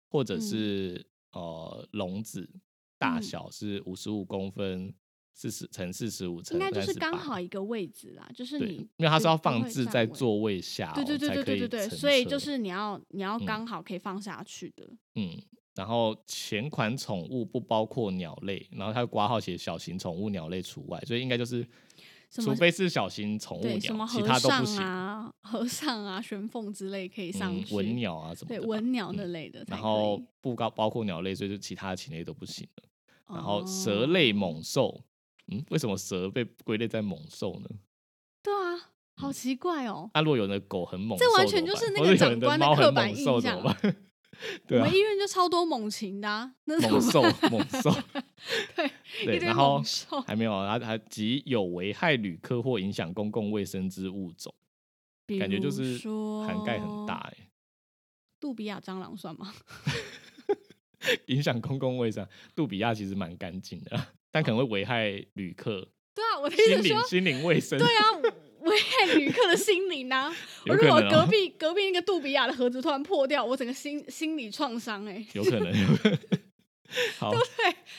Speaker 2: 或者是、呃笼子，大
Speaker 1: 嗯
Speaker 2: 小是五十五公分，四十乘四十五乘
Speaker 1: 应该
Speaker 2: 38，
Speaker 1: 就是刚好一个位置啦，就是
Speaker 2: 对，
Speaker 1: 你
Speaker 2: 因为它是要
Speaker 1: 不不会
Speaker 2: 放置
Speaker 1: 占
Speaker 2: 在
Speaker 1: 位。
Speaker 2: 座位下、哦，
Speaker 1: 对对对
Speaker 2: 才
Speaker 1: 对
Speaker 2: 可
Speaker 1: 对对对，
Speaker 2: 乘
Speaker 1: 所以就
Speaker 2: 车
Speaker 1: 是你要你要
Speaker 2: 嗯
Speaker 1: 刚好可以放下去的。
Speaker 2: 嗯，然后前款宠物不包括鸟类，然后它挂号写小型宠物鸟类除外，所以应该就是，
Speaker 1: 什么
Speaker 2: 除非是小型宠物
Speaker 1: 对，什
Speaker 2: 鸟，
Speaker 1: 么
Speaker 2: 其
Speaker 1: 和
Speaker 2: 他都
Speaker 1: 尚
Speaker 2: 不行，
Speaker 1: 啊、和尚啊、玄凤之类可以上
Speaker 2: 嗯，
Speaker 1: 去。
Speaker 2: 文鸟啊什么
Speaker 1: 对
Speaker 2: 的吧，
Speaker 1: 文鸟
Speaker 2: 嗯
Speaker 1: 那类的才可以，
Speaker 2: 然后不包包括鸟类，所以就其他的禽类都不行了。然后蛇
Speaker 1: 哦
Speaker 2: 类猛兽，嗯，为什么蛇被归类在猛兽呢？啊
Speaker 1: 对啊，
Speaker 2: 嗯
Speaker 1: 好奇怪哦。
Speaker 2: 那、如果有人的狗很猛兽
Speaker 1: 这
Speaker 2: 怎么
Speaker 1: 完
Speaker 2: 办，
Speaker 1: 全就是那个
Speaker 2: 或者有
Speaker 1: 长
Speaker 2: 人的
Speaker 1: 官的
Speaker 2: 猫
Speaker 1: 刻
Speaker 2: 很
Speaker 1: 板
Speaker 2: 猛
Speaker 1: 印
Speaker 2: 兽怎
Speaker 1: 象
Speaker 2: 么办？ 对
Speaker 1: 我
Speaker 2: 啊
Speaker 1: 们，医院就超多猛禽的、啊，那怎
Speaker 2: 猛
Speaker 1: 么
Speaker 2: 兽
Speaker 1: 办？
Speaker 2: 猛兽，
Speaker 1: 对，
Speaker 2: 对，
Speaker 1: 一堆
Speaker 2: 然后
Speaker 1: 猛兽。
Speaker 2: 还没有啊，它还及有危害旅客或影响公共卫生之物种，
Speaker 1: 比
Speaker 2: 感觉就
Speaker 1: 如
Speaker 2: 是
Speaker 1: 说
Speaker 2: 涵盖很大。哎、
Speaker 1: 杜比亚蟑螂算吗？
Speaker 2: 影响公共卫生。杜比亚其实蛮干净的啊，但可能会危害旅 客
Speaker 1: 对啊，我的意思
Speaker 2: 心
Speaker 1: 是
Speaker 2: 灵
Speaker 1: 说，
Speaker 2: 心灵卫生。
Speaker 1: 对啊， 危害旅客的心灵呐、啊。
Speaker 2: 有
Speaker 1: 我如
Speaker 2: 可
Speaker 1: 果
Speaker 2: 能
Speaker 1: 隔
Speaker 2: 哦
Speaker 1: 壁隔壁那个杜比亚的盒子突然破掉，我整个心心理创伤哎、
Speaker 2: 有可能。有可能 好，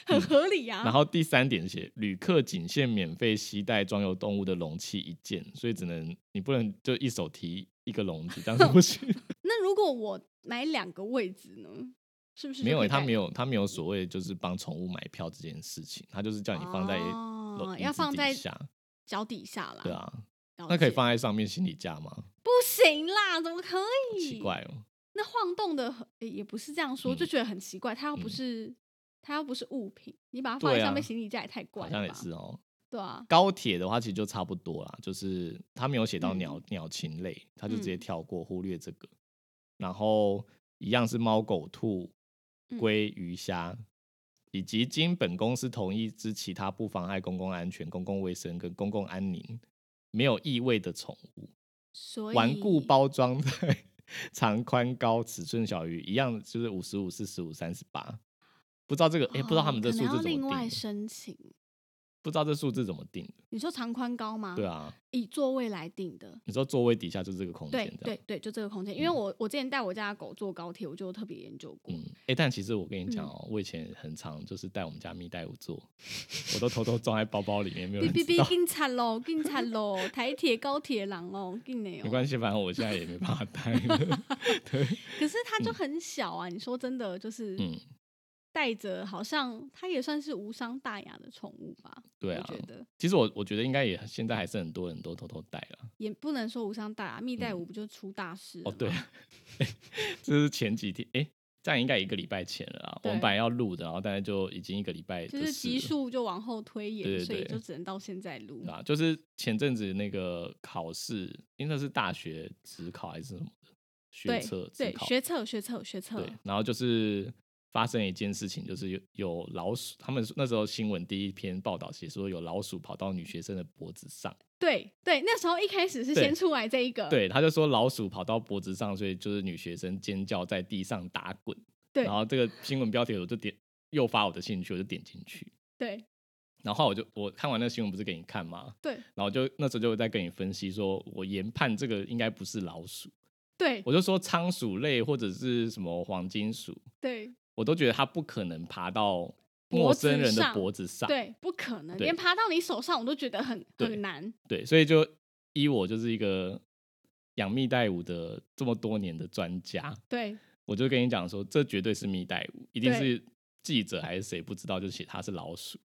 Speaker 1: 很合理啊呀、
Speaker 2: 然后第三点写，旅客仅限免费携带装有动物的容器一件，所以只能你不能就一手提一个笼子，这样是不行。
Speaker 1: 那如果我买两个位置呢？是不是
Speaker 2: 没有、欸，他没
Speaker 1: 有
Speaker 2: 有，他没有所谓就是帮宠物买票这件事情，他就是叫你放在笼、
Speaker 1: 哦
Speaker 2: 椅，
Speaker 1: 要
Speaker 2: 子
Speaker 1: 放
Speaker 2: 底
Speaker 1: 在
Speaker 2: 下，
Speaker 1: 脚底下啦。
Speaker 2: 对，啊，
Speaker 1: 了
Speaker 2: 那可
Speaker 1: 解
Speaker 2: 以放在上面行李架吗？
Speaker 1: 不行啦，怎么可以？
Speaker 2: 奇怪哦，
Speaker 1: 那晃动的很诶也不是这样说，
Speaker 2: 嗯
Speaker 1: 就觉得很奇怪。它又不
Speaker 2: 嗯
Speaker 1: 是、它又不是物品，你把它放在
Speaker 2: 对啊
Speaker 1: 上面行李架也太怪
Speaker 2: 好
Speaker 1: 了吧？
Speaker 2: 像也是哦。
Speaker 1: 对啊，
Speaker 2: 高铁的话其实就差不多啦，就是他没有写到
Speaker 1: 嗯
Speaker 2: 鸟、鸟禽类，他就直接
Speaker 1: 嗯
Speaker 2: 跳过忽略这个，然后一样是猫狗兔
Speaker 1: 嗯、
Speaker 2: 龟、鱼虾，以及经本公司同意之其他不妨碍公共安全、公共卫生跟公共安宁没有异味的宠物，
Speaker 1: 所以
Speaker 2: 顽固包装在长宽高尺寸小于一样，就是五十五、四十五、三十八。不知道这个，哎、不知道他们这
Speaker 1: 哦可
Speaker 2: 数
Speaker 1: 能
Speaker 2: 字
Speaker 1: 要
Speaker 2: 怎
Speaker 1: 另
Speaker 2: 么
Speaker 1: 外
Speaker 2: 定的？
Speaker 1: 申请。
Speaker 2: 不知道这数字怎么定的？
Speaker 1: 你说长宽高吗？
Speaker 2: 对，啊，
Speaker 1: 以座位来定的。
Speaker 2: 你说座位底下就是这个空
Speaker 1: 对
Speaker 2: 间，这样。
Speaker 1: 对对，就这个空间，因为我我之前带我家的狗坐高铁，我就特别研究过。
Speaker 2: 嗯，哎、但其实我跟你
Speaker 1: 嗯
Speaker 2: 讲哦、我以前很常就是带我们家蜜袋鼯坐，我都 偷偷装在包包里面，没有
Speaker 1: 哔
Speaker 2: 人
Speaker 1: 哔
Speaker 2: 知
Speaker 1: 哔，
Speaker 2: 道。
Speaker 1: 警察喽，警察喽，台铁、高铁狼哦，进来
Speaker 2: 没
Speaker 1: 哦。
Speaker 2: 关系，反正我现在也没办法带 了。
Speaker 1: 可是它就很小啊，你说真的，就是
Speaker 2: 嗯，
Speaker 1: 带着，好像它也算是无伤大雅的宠物吧。
Speaker 2: 对
Speaker 1: 我
Speaker 2: 啊
Speaker 1: 觉。得
Speaker 2: 其实我我觉得应该也现在还是很多人都偷偷带了。
Speaker 1: 也不能说无伤大雅，蜜袋鼯不就出大事了
Speaker 2: 嗯哦，
Speaker 1: 吗
Speaker 2: 对， 这是前几天，哎、这样应该一个礼拜前了啊。我们
Speaker 1: 对
Speaker 2: 本来要录的，然后但是就已经一个礼 拜
Speaker 1: 就
Speaker 2: 的
Speaker 1: 是
Speaker 2: 事
Speaker 1: 集
Speaker 2: 了
Speaker 1: 数就往后推延，
Speaker 2: 对对
Speaker 1: 所以
Speaker 2: 对
Speaker 1: 就只能到现在录
Speaker 2: 对。啊，就是前阵子那个考试，因为那是大学职考还是什么的学
Speaker 1: 对
Speaker 2: 测职
Speaker 1: 对，
Speaker 2: 考，
Speaker 1: 学测学测学测
Speaker 2: 对，，然后就是发生一件事情，就是有有老鼠，他们那时候新闻第一篇报道写说有老鼠跑到女学生的脖子上。
Speaker 1: 对对，那时候一开始是
Speaker 2: 对
Speaker 1: 先出来这一个，
Speaker 2: 对，他就说老鼠跑到脖子上，所以就是女学生尖叫在地上打滚。
Speaker 1: 对
Speaker 2: 然后这个新闻标题我就点诱发我的兴趣，我就点进去，
Speaker 1: 对
Speaker 2: 然后后来我就我看完那个新闻不是给你看吗？
Speaker 1: 对
Speaker 2: 然后就那时候就在跟你分析说，我研判这个应该不是老鼠，
Speaker 1: 对
Speaker 2: 我就说仓鼠类或者是什么黄金鼠，
Speaker 1: 对
Speaker 2: 我都觉得它不可能爬到
Speaker 1: 脖
Speaker 2: 陌
Speaker 1: 子
Speaker 2: 生人的
Speaker 1: 上
Speaker 2: 脖子上。
Speaker 1: 对，不可能，
Speaker 2: 对
Speaker 1: 连爬到你手上我都觉得很
Speaker 2: 对
Speaker 1: 很难。
Speaker 2: 对所以就依我就是一个养蜜袋鼯的这么多年的专家，
Speaker 1: 对
Speaker 2: 我就跟你讲说，这绝对是蜜袋鼯，一定
Speaker 1: 对
Speaker 2: 是记者还是谁不知道就写它是老鼠。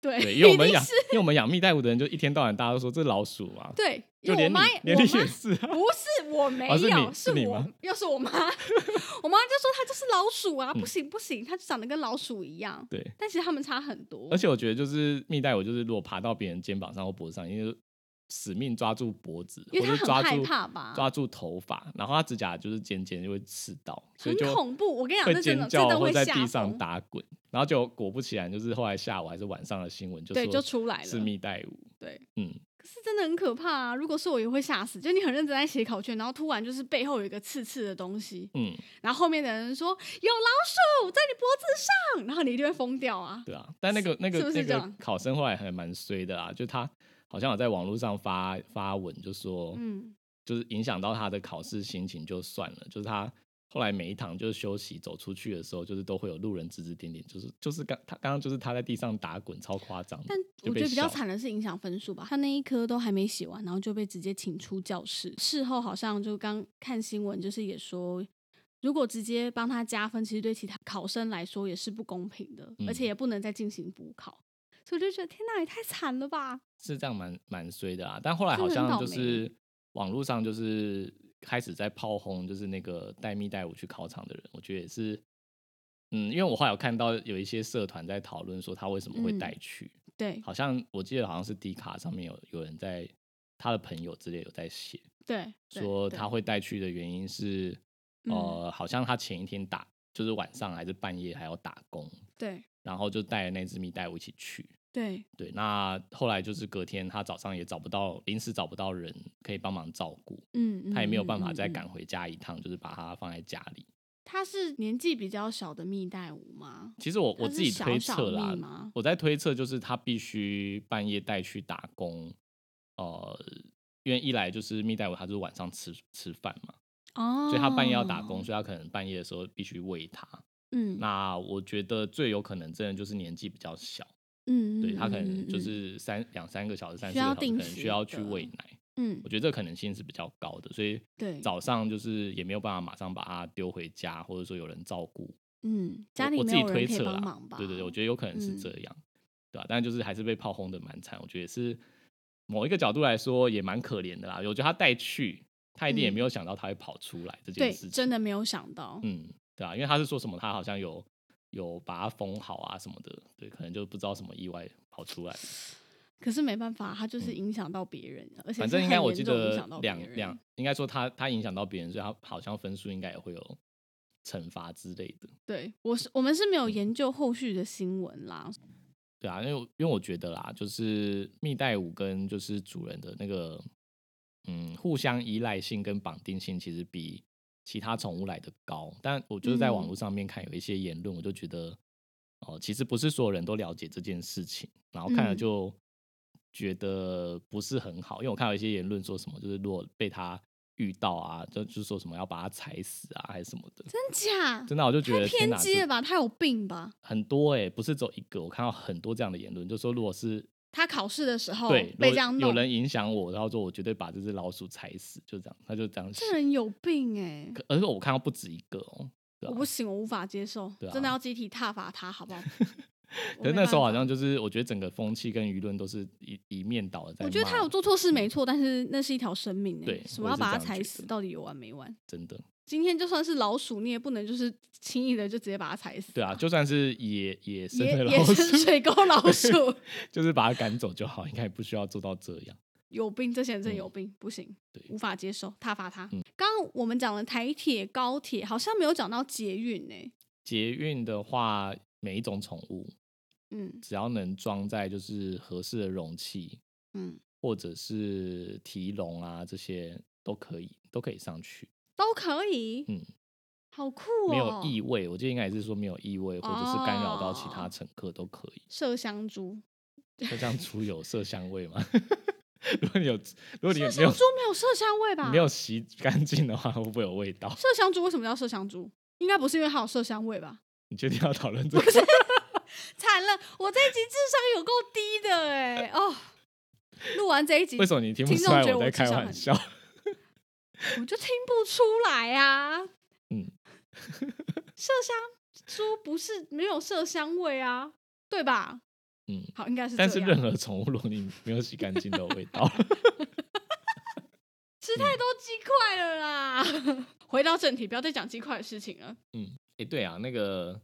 Speaker 1: 对
Speaker 2: 对，因为我
Speaker 1: 一
Speaker 2: 们
Speaker 1: 定
Speaker 2: 养
Speaker 1: 是，
Speaker 2: 因为我们养蜜袋鼯的人就一天到晚大家都说这是老鼠嘛，
Speaker 1: 对，因为
Speaker 2: 就
Speaker 1: 我
Speaker 2: 连你
Speaker 1: 妈也
Speaker 2: 连
Speaker 1: 我
Speaker 2: 你
Speaker 1: 妈
Speaker 2: 也是 啊。
Speaker 1: 不是 我没有，
Speaker 2: 哦是你是你
Speaker 1: 我
Speaker 2: 吗
Speaker 1: 又是 我妈，我妈就说它就是老鼠啊，不
Speaker 2: 嗯
Speaker 1: 行不行，它就长得跟老鼠一样。
Speaker 2: 对，
Speaker 1: 但其实它们差很多
Speaker 2: 而，且我觉得就是蜜袋鼯，就是如果爬到别人肩膀上或脖子上，因为死命抓住脖子，
Speaker 1: 因为
Speaker 2: 或
Speaker 1: 它
Speaker 2: 是抓
Speaker 1: 很害
Speaker 2: 住
Speaker 1: 怕吧，
Speaker 2: 抓住头发，然后它指甲就是尖尖就会刺到，所
Speaker 1: 很
Speaker 2: 以就
Speaker 1: 恐怖。我跟你讲，
Speaker 2: 会
Speaker 1: 这真的
Speaker 2: 尖
Speaker 1: 真
Speaker 2: 叫
Speaker 1: 的
Speaker 2: 或
Speaker 1: 会
Speaker 2: 在
Speaker 1: 吓
Speaker 2: 地上
Speaker 1: 疯
Speaker 2: 打滚，然后就果不其然，就是后来下午还是晚上的新闻就
Speaker 1: 对，就
Speaker 2: 说
Speaker 1: 出来
Speaker 2: 是
Speaker 1: 了。
Speaker 2: 蜜袋鼯，
Speaker 1: 对，
Speaker 2: 嗯，
Speaker 1: 可是真的很可怕啊！如果是我也会吓死，就你很认真在写考卷，然后突然就是背后有一个刺刺的东西，
Speaker 2: 嗯，
Speaker 1: 然后后面的人说有老鼠在你脖子上，然后你一定会疯掉啊！
Speaker 2: 对啊，但那个那个
Speaker 1: 是不是
Speaker 2: 那
Speaker 1: 这
Speaker 2: 个
Speaker 1: 样
Speaker 2: 考生后来还蛮衰的啦，就他好像有在网络上发发文，就说、
Speaker 1: 嗯，
Speaker 2: 就是影响到他的考试心情就算了，就是他后来每一堂就是休息走出去的时候，就是都会有路人指指点点，就是就是刚他刚刚就是他在地上打滚，超夸张的，
Speaker 1: 但
Speaker 2: 就
Speaker 1: 我
Speaker 2: 被
Speaker 1: 觉得比较
Speaker 2: 笑
Speaker 1: 惨的是影响分数吧，他那一科都还没写完，然后就被直接请出教室。事后好像就刚看新闻，就是也说。如果直接帮他加分，其实对其他考生来说也是不公平的，
Speaker 2: 嗯
Speaker 1: 而且也不能再进行补考，所以我就觉得天哪，也太惨了吧！
Speaker 2: 是这样蛮蛮衰的啊。但后来
Speaker 1: 真
Speaker 2: 好
Speaker 1: 的很
Speaker 2: 像
Speaker 1: 倒
Speaker 2: 就
Speaker 1: 霉欸
Speaker 2: 是网络上就是开始在炮轰，就是那个带蜜带我去考场的人，我觉得也是。嗯，因为我后来有看到有一些社团在讨论说他为什么会带
Speaker 1: 嗯
Speaker 2: 去，
Speaker 1: 对
Speaker 2: 好像我记得好像是 D 卡上面有有人在他的朋友之类有在写，
Speaker 1: 对，对
Speaker 2: 说
Speaker 1: 对
Speaker 2: 他会带去的原因是，
Speaker 1: 嗯
Speaker 2: 呃，好像他前一天打，就是晚上还是半夜还要打工，
Speaker 1: 对
Speaker 2: 然后就带了那只蜜袋鼯一起去。
Speaker 1: 对
Speaker 2: 对，那后来就是隔天他早上也找不到，临时找不到人可以帮忙照顾，
Speaker 1: 嗯，
Speaker 2: 他也没有
Speaker 1: 嗯
Speaker 2: 办法再。
Speaker 1: 嗯嗯
Speaker 2: 赶
Speaker 1: 嗯
Speaker 2: 回家一趟，就是把它放在家里。
Speaker 1: 他是年纪比较小的蜜袋鼯吗？
Speaker 2: 其实我我
Speaker 1: 它是
Speaker 2: 自己
Speaker 1: 小
Speaker 2: 推
Speaker 1: 小
Speaker 2: 测啦，
Speaker 1: 蜜吗
Speaker 2: 我在推测就是他必须半夜带去打工，呃，因为一来就是蜜袋鼯，它就是晚上吃吃饭嘛，
Speaker 1: 哦
Speaker 2: 所以他半夜要打工，。所以他可能半夜的时候必须喂它。
Speaker 1: 嗯，
Speaker 2: 那我觉得最有可能真的就是年纪比较小，
Speaker 1: 嗯，
Speaker 2: 对他可
Speaker 1: 嗯
Speaker 2: 能就，
Speaker 1: 嗯
Speaker 2: 是三两三个小时、三四
Speaker 1: 需
Speaker 2: 个
Speaker 1: 要
Speaker 2: 小时，可
Speaker 1: 定
Speaker 2: 能
Speaker 1: 时
Speaker 2: 需要去
Speaker 1: 的
Speaker 2: 喂奶。
Speaker 1: 嗯
Speaker 2: 我觉得这可能性是比较高的，所以
Speaker 1: 对
Speaker 2: 早上就是也没有办法马上把它丢回家，或者说有人照顾。
Speaker 1: 嗯嗯，家
Speaker 2: 我
Speaker 1: 里
Speaker 2: 我自
Speaker 1: 没
Speaker 2: 己
Speaker 1: 有
Speaker 2: 推
Speaker 1: 人可以
Speaker 2: 测
Speaker 1: 帮
Speaker 2: 啦
Speaker 1: 忙吧？，
Speaker 2: 对对对，我觉得有可能是
Speaker 1: 嗯
Speaker 2: 这样，对吧、啊但就是还是被炮轰的蛮惨，我觉得也是某一个角度来说也蛮可怜的啦。我觉得他带去，他一定也
Speaker 1: 嗯
Speaker 2: 没有想到他会跑出来这件
Speaker 1: 对
Speaker 2: 事情，
Speaker 1: 真的没有想到。
Speaker 2: 嗯，对啊，因为他是说什么，他好像有有把它封好啊什么的，对，可能就不知道什么意外跑出来。
Speaker 1: 可是没办法，他就是影响到别人，而且
Speaker 2: 嗯反
Speaker 1: 是
Speaker 2: 正应该
Speaker 1: 很
Speaker 2: 我
Speaker 1: 严
Speaker 2: 记
Speaker 1: 重影
Speaker 2: 得
Speaker 1: 响到别
Speaker 2: 两
Speaker 1: 人
Speaker 2: 两，应该说他他影响到别人，所以他好像分数应该也会有惩罚之类的，
Speaker 1: 对我是我们是没
Speaker 2: 嗯
Speaker 1: 有研究后续的新闻啦。
Speaker 2: 对啊，因为我因为我觉得啦，就是蜜袋鼯跟就是主人的那个嗯互相依赖性跟绑定性，其实比其他宠物来的高。但我就是在网
Speaker 1: 嗯
Speaker 2: 络上面看有一些言论，我就觉得哦、其实不是所有人都了解这件事情，然后看了
Speaker 1: 嗯
Speaker 2: 就觉得不是很好，因为我看到一些言论说什么，就是如果被它遇到啊，就就说什么要把它踩死啊，还是什么的。
Speaker 1: 真假？
Speaker 2: 真的，我就觉
Speaker 1: 太
Speaker 2: 得天
Speaker 1: 偏
Speaker 2: 哪
Speaker 1: 激
Speaker 2: 这
Speaker 1: 了吧？他有病吧？
Speaker 2: 很多哎、不是只有一个，我看到很多这样的言论，就说如果是
Speaker 1: 他考试的时候
Speaker 2: 对，
Speaker 1: 哦被
Speaker 2: 有
Speaker 1: 这样
Speaker 2: 有
Speaker 1: 弄，
Speaker 2: 人影响我，然后说我绝对把这只老鼠踩死，就这样，他就这样写
Speaker 1: 这。人有病哎！
Speaker 2: 可而且我看到不止一个哦，对
Speaker 1: 我
Speaker 2: 啊
Speaker 1: 不行，我无法接受，
Speaker 2: 对啊
Speaker 1: 真的要集体踏伐他，好不好？我
Speaker 2: 可
Speaker 1: 没
Speaker 2: 是那时候好
Speaker 1: 办法
Speaker 2: 像就是我觉得整个风气跟舆论都是一一面倒的在骂。嗯
Speaker 1: 我觉得他有做错事没错，但是那是一条生命、欸，
Speaker 2: 对
Speaker 1: 什
Speaker 2: 我
Speaker 1: 么
Speaker 2: 也
Speaker 1: 要
Speaker 2: 是
Speaker 1: 把它
Speaker 2: 这样
Speaker 1: 踩
Speaker 2: 觉
Speaker 1: 死，
Speaker 2: 得
Speaker 1: 到底有完没完？
Speaker 2: 真的
Speaker 1: 今天就算是老鼠，你也不能就是轻易的就直接把它踩死，
Speaker 2: 对啊，，就算是野野生的
Speaker 1: 野
Speaker 2: 老
Speaker 1: 野生
Speaker 2: 鼠，
Speaker 1: 水沟老鼠
Speaker 2: 就是把它赶走就好，应该也不需要做到这样。
Speaker 1: 有病，这些人真有
Speaker 2: 嗯
Speaker 1: 病，不行
Speaker 2: 对，
Speaker 1: 无法接受，挞伐他。
Speaker 2: 嗯
Speaker 1: 刚刚我们讲了台铁、高铁，好像没有讲到捷运呢、
Speaker 2: 捷运的话，每一种宠物
Speaker 1: 嗯
Speaker 2: 只要能装在就是合适的容器，
Speaker 1: 嗯，
Speaker 2: 或者是提笼啊这些都可以，都可以上去。
Speaker 1: 都可以，
Speaker 2: 嗯，
Speaker 1: 好酷哦，
Speaker 2: 没有异味，我记得应该也是说没有异味，或者是干扰到其
Speaker 1: 哦
Speaker 2: 他乘客都可以。
Speaker 1: 麝香猪。
Speaker 2: 那这样出有色香味吗？ 如果你有，如果你
Speaker 1: 麝
Speaker 2: 没
Speaker 1: 香啊
Speaker 2: 有
Speaker 1: 猪没有麝香味吧？
Speaker 2: 没有洗干净的话，会不会有味道？
Speaker 1: 麝香猪为什么叫麝香猪？应该不是因为它有麝香味吧？
Speaker 2: 你确定要讨论这个？
Speaker 1: 惨了，我这一集智商有够低的哎、哦，录完这一集
Speaker 2: 为什么你听不
Speaker 1: 听
Speaker 2: 出
Speaker 1: 众
Speaker 2: 来
Speaker 1: 觉得我
Speaker 2: 我在
Speaker 1: 智
Speaker 2: 开
Speaker 1: 商
Speaker 2: 玩
Speaker 1: 很
Speaker 2: 笑？
Speaker 1: 我就听不出来啊。
Speaker 2: 嗯，
Speaker 1: 麝香猪不是没有麝香味啊，对吧？
Speaker 2: 嗯，
Speaker 1: 好，应该是这
Speaker 2: 但
Speaker 1: 样。
Speaker 2: 是任何宠物如果你没有洗干净都有味 道。
Speaker 1: 吃太
Speaker 2: 嗯
Speaker 1: 多鸡块了啦。 回到正题，不要再讲鸡块的事情了。
Speaker 2: 嗯，哎、对啊，那个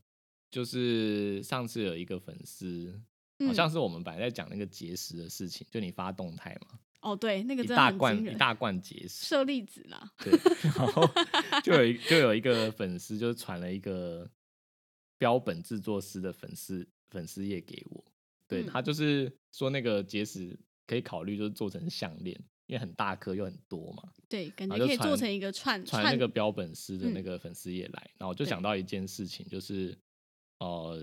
Speaker 2: 就是上次有一个粉丝，
Speaker 1: 嗯
Speaker 2: 好像是我们本来在讲那个节食的事情，就你发动态嘛，
Speaker 1: 哦，对，那个
Speaker 2: 一
Speaker 1: 真的
Speaker 2: 大
Speaker 1: 很
Speaker 2: 罐
Speaker 1: 惊
Speaker 2: 一
Speaker 1: 人，
Speaker 2: 大罐节食，
Speaker 1: 舍利子啦。
Speaker 2: 对， 然后就有一就有一个粉丝就传了一个标本制作师的粉丝粉丝页给我，对、
Speaker 1: 嗯
Speaker 2: 他就是说那个结石可以考虑就是做成项链，因为很大颗又很多嘛，
Speaker 1: 对，感觉
Speaker 2: 然后
Speaker 1: 哎可以
Speaker 2: 就
Speaker 1: 做
Speaker 2: 传
Speaker 1: 成一个串
Speaker 2: 传
Speaker 1: 串
Speaker 2: 那个标本师的那
Speaker 1: 嗯
Speaker 2: 个粉丝页来，然后我就
Speaker 1: 对
Speaker 2: 想到一件事情，就是呃，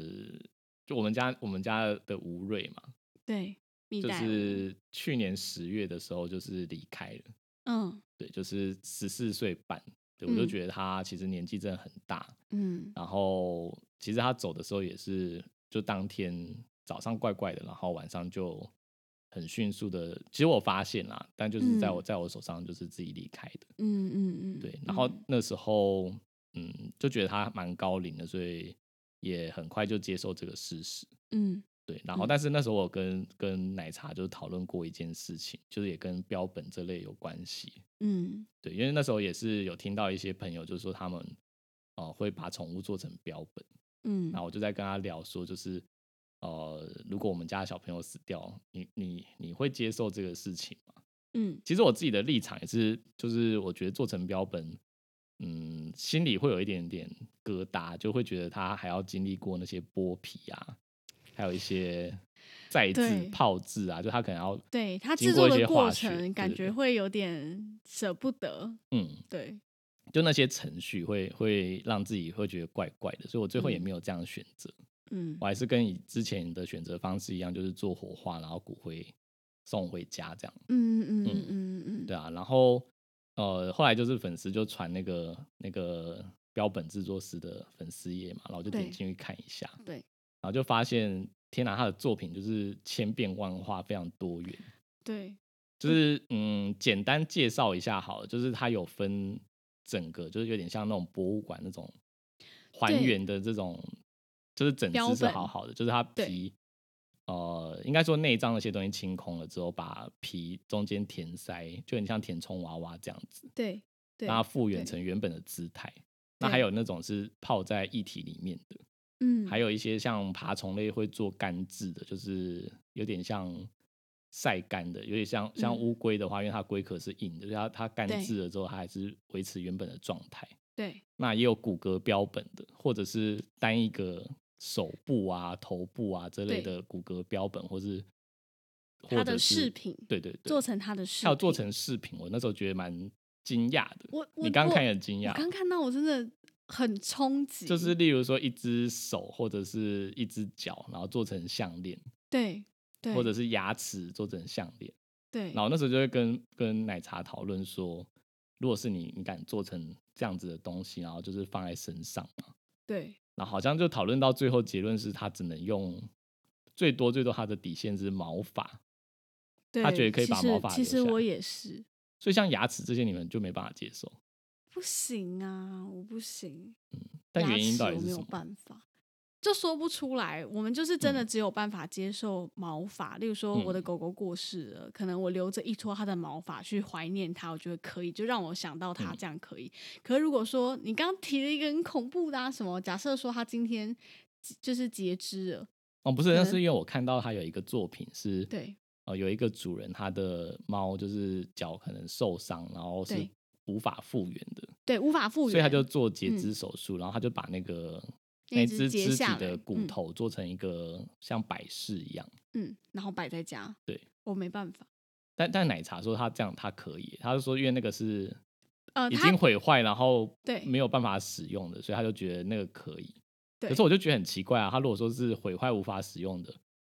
Speaker 2: 就我们家我们家的吴瑞嘛，
Speaker 1: 对蜜
Speaker 2: 就
Speaker 1: 袋鼯，
Speaker 2: 是去年十月的时候就是离开了。
Speaker 1: 嗯
Speaker 2: 对，就是十四岁半，对我就
Speaker 1: 嗯
Speaker 2: 觉得他其实年纪真的很大。
Speaker 1: 嗯
Speaker 2: 然后其实他走的时候也是，就当天早上怪怪的，然后晚上就很迅速的。其实我发现啦，但就是在我、在我手上就是自己离开的。
Speaker 1: 嗯嗯嗯，
Speaker 2: 对，然后
Speaker 1: 嗯
Speaker 2: 那时候嗯，就觉得他蛮高龄的，所以也很快就接受这个事实。
Speaker 1: 嗯
Speaker 2: 对，然后
Speaker 1: 嗯
Speaker 2: 但是那时候我跟跟奶茶就是讨论过一件事情，就是也跟标本这类有关系。
Speaker 1: 嗯
Speaker 2: 对，因为那时候也是有听到一些朋友就说他们呃会把宠物做成标本，
Speaker 1: 嗯，
Speaker 2: 然后我就在跟他聊说，就是呃如果我们家小朋友死掉，你你你会接受这个事情吗？
Speaker 1: 嗯
Speaker 2: 其实我自己的立场也是，就是我觉得做成标本，嗯，心里会有一点点疙瘩，就会觉得他还要经历过那些剥皮啊，还有一些再制
Speaker 1: 对、
Speaker 2: 泡制啊，就他可能要
Speaker 1: 对它
Speaker 2: 经
Speaker 1: 制
Speaker 2: 过
Speaker 1: 作
Speaker 2: 一
Speaker 1: 的
Speaker 2: 些
Speaker 1: 过
Speaker 2: 化学对
Speaker 1: 程，感
Speaker 2: 对对
Speaker 1: 觉会有点舍不得。
Speaker 2: 嗯，
Speaker 1: 对，
Speaker 2: 就那些程序会会让自己会觉得怪怪的，所以我最后也
Speaker 1: 嗯
Speaker 2: 没有这样选择，
Speaker 1: 嗯
Speaker 2: 我还是跟你之前的选择方式一样，就是做火化，然后骨灰送回家这样，
Speaker 1: 嗯嗯
Speaker 2: 嗯
Speaker 1: 嗯嗯
Speaker 2: 对啊，然后呃后来就是粉丝就传那个那个标本制作师的粉丝页嘛，然后我就点
Speaker 1: 对
Speaker 2: 进去看一下，
Speaker 1: 对
Speaker 2: 然后就发现天哪，他的作品就是千变万化，非常多元，
Speaker 1: 对，
Speaker 2: 就是嗯，简单介绍一下好了，就是它有分整个，就是有点像那种博物馆那种还
Speaker 1: 对
Speaker 2: 原的这种，就是整
Speaker 1: 标
Speaker 2: 只是
Speaker 1: 本
Speaker 2: 好好的，就是它
Speaker 1: 对
Speaker 2: 皮呃，应该说内脏那些东西清空了之后，把皮中间填塞，就很像填充娃娃这样子，
Speaker 1: 对对，
Speaker 2: 让它复原
Speaker 1: 对
Speaker 2: 成原本的姿态。那
Speaker 1: 对
Speaker 2: 还有那种是泡在液体里面的，
Speaker 1: 嗯
Speaker 2: 还有一些像爬虫类会做干制的，就是有点像晒干的，有点像像
Speaker 1: 嗯
Speaker 2: 乌龟的话，因为它龟壳是硬的，就是它它干
Speaker 1: 对
Speaker 2: 制了之后，它还是维持原本的状态。
Speaker 1: 对
Speaker 2: 那也有骨骼标本的，或者是单一个手部啊、头部啊这类
Speaker 1: 对
Speaker 2: 的骨骼标本，或是或
Speaker 1: 它
Speaker 2: 者
Speaker 1: 的
Speaker 2: 是
Speaker 1: 饰品
Speaker 2: 对对对，
Speaker 1: 做成它的饰
Speaker 2: 还有做
Speaker 1: 品
Speaker 2: 成饰品，我那时候觉得蛮惊讶的。
Speaker 1: 我我
Speaker 2: 你刚
Speaker 1: 我
Speaker 2: 看也很惊讶
Speaker 1: 我，刚看到我真的很冲击，
Speaker 2: 就是例如说一只手或者是一只脚，然后做成项链，
Speaker 1: 对对，
Speaker 2: 或者是牙齿做成项链。
Speaker 1: 对
Speaker 2: 然后那时候就会跟跟奶茶讨论说，如果是你，你敢做成这样子的东西，然后就是放在身上嘛。
Speaker 1: 对
Speaker 2: 然后好像就讨论到最后结论是，他只能用最多最多他的底线是毛发，
Speaker 1: 对，
Speaker 2: 他觉得可以
Speaker 1: 其
Speaker 2: 把毛
Speaker 1: 实
Speaker 2: 发
Speaker 1: 其
Speaker 2: 留
Speaker 1: 实
Speaker 2: 下
Speaker 1: 我
Speaker 2: 来
Speaker 1: 也是
Speaker 2: 所以像牙齿这些你们就没办法接受。
Speaker 1: 不行啊，我不行，
Speaker 2: 但
Speaker 1: 牙
Speaker 2: 原因
Speaker 1: 齿
Speaker 2: 到底
Speaker 1: 我
Speaker 2: 是
Speaker 1: 没
Speaker 2: 什
Speaker 1: 有
Speaker 2: 么？
Speaker 1: 办法，就说不出来。我们就是真的
Speaker 2: 嗯
Speaker 1: 只有办法接受毛发，例如说我的
Speaker 2: 嗯
Speaker 1: 狗狗过世了，可能我留着一撮它的毛发去怀念它，我觉得可以，就让我想到它，
Speaker 2: 嗯
Speaker 1: 这样可以。可如果说你刚刚提了一个很恐怖的、啊、什么，假设说它今天就是截肢了，
Speaker 2: 哦，不是，那
Speaker 1: 能
Speaker 2: 是因为我看到他有一个作品是，
Speaker 1: 对
Speaker 2: 呃，有一个主人他的猫就是脚可能受伤，然后是
Speaker 1: 对
Speaker 2: 无法复原的，
Speaker 1: 对，无法复原，
Speaker 2: 所以他就做截
Speaker 1: 嗯
Speaker 2: 肢手术，然后他就把那个
Speaker 1: 那
Speaker 2: 那
Speaker 1: 一只
Speaker 2: 只
Speaker 1: 截
Speaker 2: 肢
Speaker 1: 下
Speaker 2: 体的
Speaker 1: 来
Speaker 2: 骨
Speaker 1: 嗯
Speaker 2: 头做成一个像摆饰一样。
Speaker 1: 嗯，然后摆在家，
Speaker 2: 对
Speaker 1: 我没办法。
Speaker 2: 但但奶茶说他这样他可以，他就说因为那个是
Speaker 1: 呃，
Speaker 2: 已
Speaker 1: 它
Speaker 2: 经毁坏，然后
Speaker 1: 对
Speaker 2: 没有办法使用的，所以他就觉得那个可以。
Speaker 1: 对
Speaker 2: 可是我就觉得很奇怪啊，他如果说是毁坏无法使用的，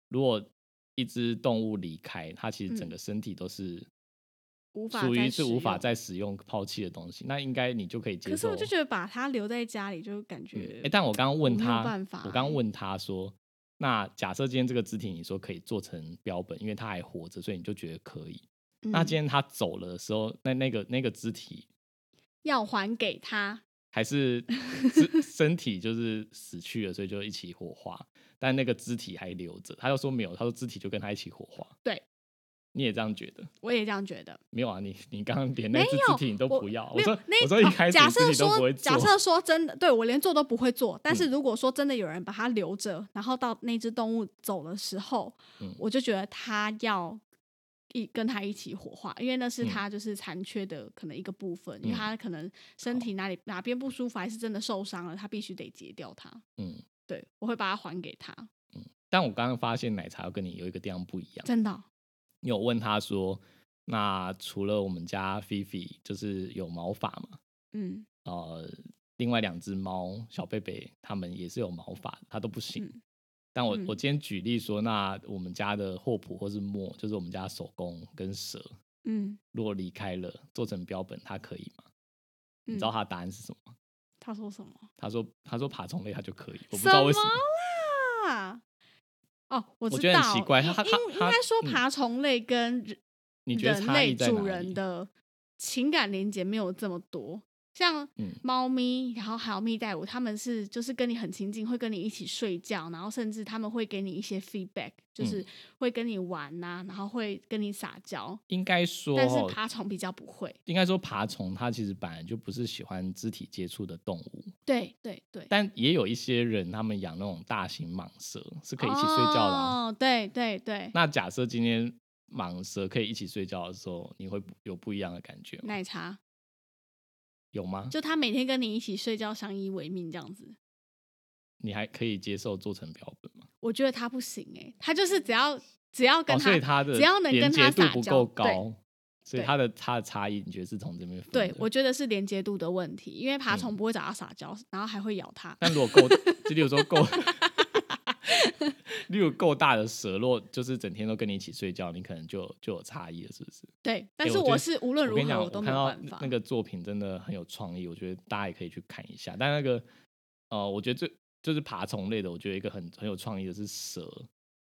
Speaker 2: 如果一只动物离开，它其实整
Speaker 1: 嗯
Speaker 2: 个身体都是
Speaker 1: 无法
Speaker 2: 属于
Speaker 1: 再
Speaker 2: 是
Speaker 1: 使
Speaker 2: 无法
Speaker 1: 用
Speaker 2: 再使用抛弃的东西，那应该你就可以接
Speaker 1: 可是
Speaker 2: 受。
Speaker 1: 我就觉得把它留在家里，就感
Speaker 2: 嗯
Speaker 1: 觉
Speaker 2: 诶但我刚刚问
Speaker 1: 我没有
Speaker 2: 他，
Speaker 1: 办法
Speaker 2: 我刚
Speaker 1: 欸
Speaker 2: 刚问他说，那假设今天这个肢体你说可以做成标本，因为它还活着，所以你就觉得可以。那
Speaker 1: 嗯
Speaker 2: 今天它走了的时候，那那个那个肢体
Speaker 1: 要还给他，
Speaker 2: 还是 肢身体就是死去了，所以就一起火化，但那个肢体还留着。他又说没有，他说肢体就跟他一起火化。
Speaker 1: 对，
Speaker 2: 你也这样觉得？
Speaker 1: 我也这样觉得。
Speaker 2: 没有啊，你你刚刚连
Speaker 1: 没
Speaker 2: 那只肢
Speaker 1: 有，
Speaker 2: 体你都
Speaker 1: 我
Speaker 2: 不要。我
Speaker 1: 没有
Speaker 2: 说
Speaker 1: 那
Speaker 2: 我说一
Speaker 1: 哦
Speaker 2: 开始
Speaker 1: 假
Speaker 2: 你自
Speaker 1: 设
Speaker 2: 己都不
Speaker 1: 说
Speaker 2: 会
Speaker 1: 假
Speaker 2: 做。
Speaker 1: 设说真的，对我连做都不会做，但是
Speaker 2: 嗯
Speaker 1: 如果说真的有人把它留着，然后到那只动物走的时候，
Speaker 2: 嗯
Speaker 1: 我就觉得它要。一跟它一起火化，因为那是
Speaker 2: 嗯
Speaker 1: 它就是残缺的可能一个部分，因为
Speaker 2: 嗯
Speaker 1: 它可能身体哪里哪边不舒服，还是真的受伤了，它必须得截掉它。
Speaker 2: 嗯，
Speaker 1: 对，我会把它还给他，
Speaker 2: 但我刚刚发现奶茶要跟你有一个地方不一样。
Speaker 1: 真的哦。
Speaker 2: 你有问他说，那除了我们家菲菲就是有毛发嘛，
Speaker 1: 嗯，
Speaker 2: 呃，另外两只猫小贝贝它们也是有毛发，它都不行。
Speaker 1: 嗯
Speaker 2: 但我、
Speaker 1: 嗯
Speaker 2: 我今天举例说，那我们家的霍普或是墨，就是我们家手工跟蛇，
Speaker 1: 嗯，
Speaker 2: 如果离开了做成标本，它可以吗？你知道
Speaker 1: 嗯
Speaker 2: 他的答案是什么吗？
Speaker 1: 他说什么？
Speaker 2: 他说他说爬虫类它就可以，我不知道为什么。
Speaker 1: 么啦？哦，我
Speaker 2: 我
Speaker 1: 知
Speaker 2: 觉得
Speaker 1: 道，
Speaker 2: 很奇怪
Speaker 1: 应
Speaker 2: 他他
Speaker 1: 应应
Speaker 2: 他
Speaker 1: 该说
Speaker 2: 嗯
Speaker 1: 爬虫类跟人
Speaker 2: 你觉得
Speaker 1: 人
Speaker 2: 差
Speaker 1: 类
Speaker 2: 异在哪
Speaker 1: 主
Speaker 2: 里？
Speaker 1: 人的情感连接没有这么多，像
Speaker 2: 嗯
Speaker 1: 猫咪，然后还有蜜袋鼯，他们是就是跟你很亲近，会跟你一起睡觉，然后甚至他们会给你一些 feedback，就是
Speaker 2: 嗯
Speaker 1: 会跟你玩呐、然后会跟你撒娇，
Speaker 2: 应该说
Speaker 1: 但是
Speaker 2: 哦，
Speaker 1: 爬虫比较不会。
Speaker 2: 应该说爬虫它其实本来就不是喜欢肢体接触的动物，
Speaker 1: 对对对，
Speaker 2: 但也有一些人，他们养那种大型蟒蛇是可以一起睡觉的啊、
Speaker 1: 哦，对对对，
Speaker 2: 那假设今天蟒蛇可以一起睡觉的时候，你会不有不一样的感觉吗？
Speaker 1: 奶茶
Speaker 2: 有吗？
Speaker 1: 就他每天跟你一起睡觉，相依为命这样子。
Speaker 2: 你还可以接受做成标本吗？
Speaker 1: 我觉得他不行哎、他就是只要只要跟
Speaker 2: 哦，
Speaker 1: 他，
Speaker 2: 所以它的
Speaker 1: 只要能
Speaker 2: 连
Speaker 1: 跟它
Speaker 2: 接度
Speaker 1: 撒
Speaker 2: 不
Speaker 1: 娇
Speaker 2: 够
Speaker 1: 对
Speaker 2: 高，所以
Speaker 1: 对
Speaker 2: 它的它的差异，你觉得是从这边分
Speaker 1: 对
Speaker 2: 的
Speaker 1: 我觉得是连接度的问题，因为爬
Speaker 2: 嗯
Speaker 1: 虫不会找他撒娇，然后还会咬他。
Speaker 2: 但如果 够，就例如说够， 例如够大的蛇，若就是整天都跟你一起睡觉，你可能就就有差异了，是不是？
Speaker 1: 对，但
Speaker 2: 欸
Speaker 1: 是
Speaker 2: 我觉得
Speaker 1: 是无论
Speaker 2: 我
Speaker 1: 如
Speaker 2: 跟你
Speaker 1: 何
Speaker 2: 讲，
Speaker 1: 都
Speaker 2: 看
Speaker 1: 没有
Speaker 2: 到
Speaker 1: 办
Speaker 2: 那
Speaker 1: 法。
Speaker 2: 那个作品真的很有创意，我觉得大家也可以去看一下。但那个呃，我觉得最就是爬虫类的，我觉得一个很很有创意的是蛇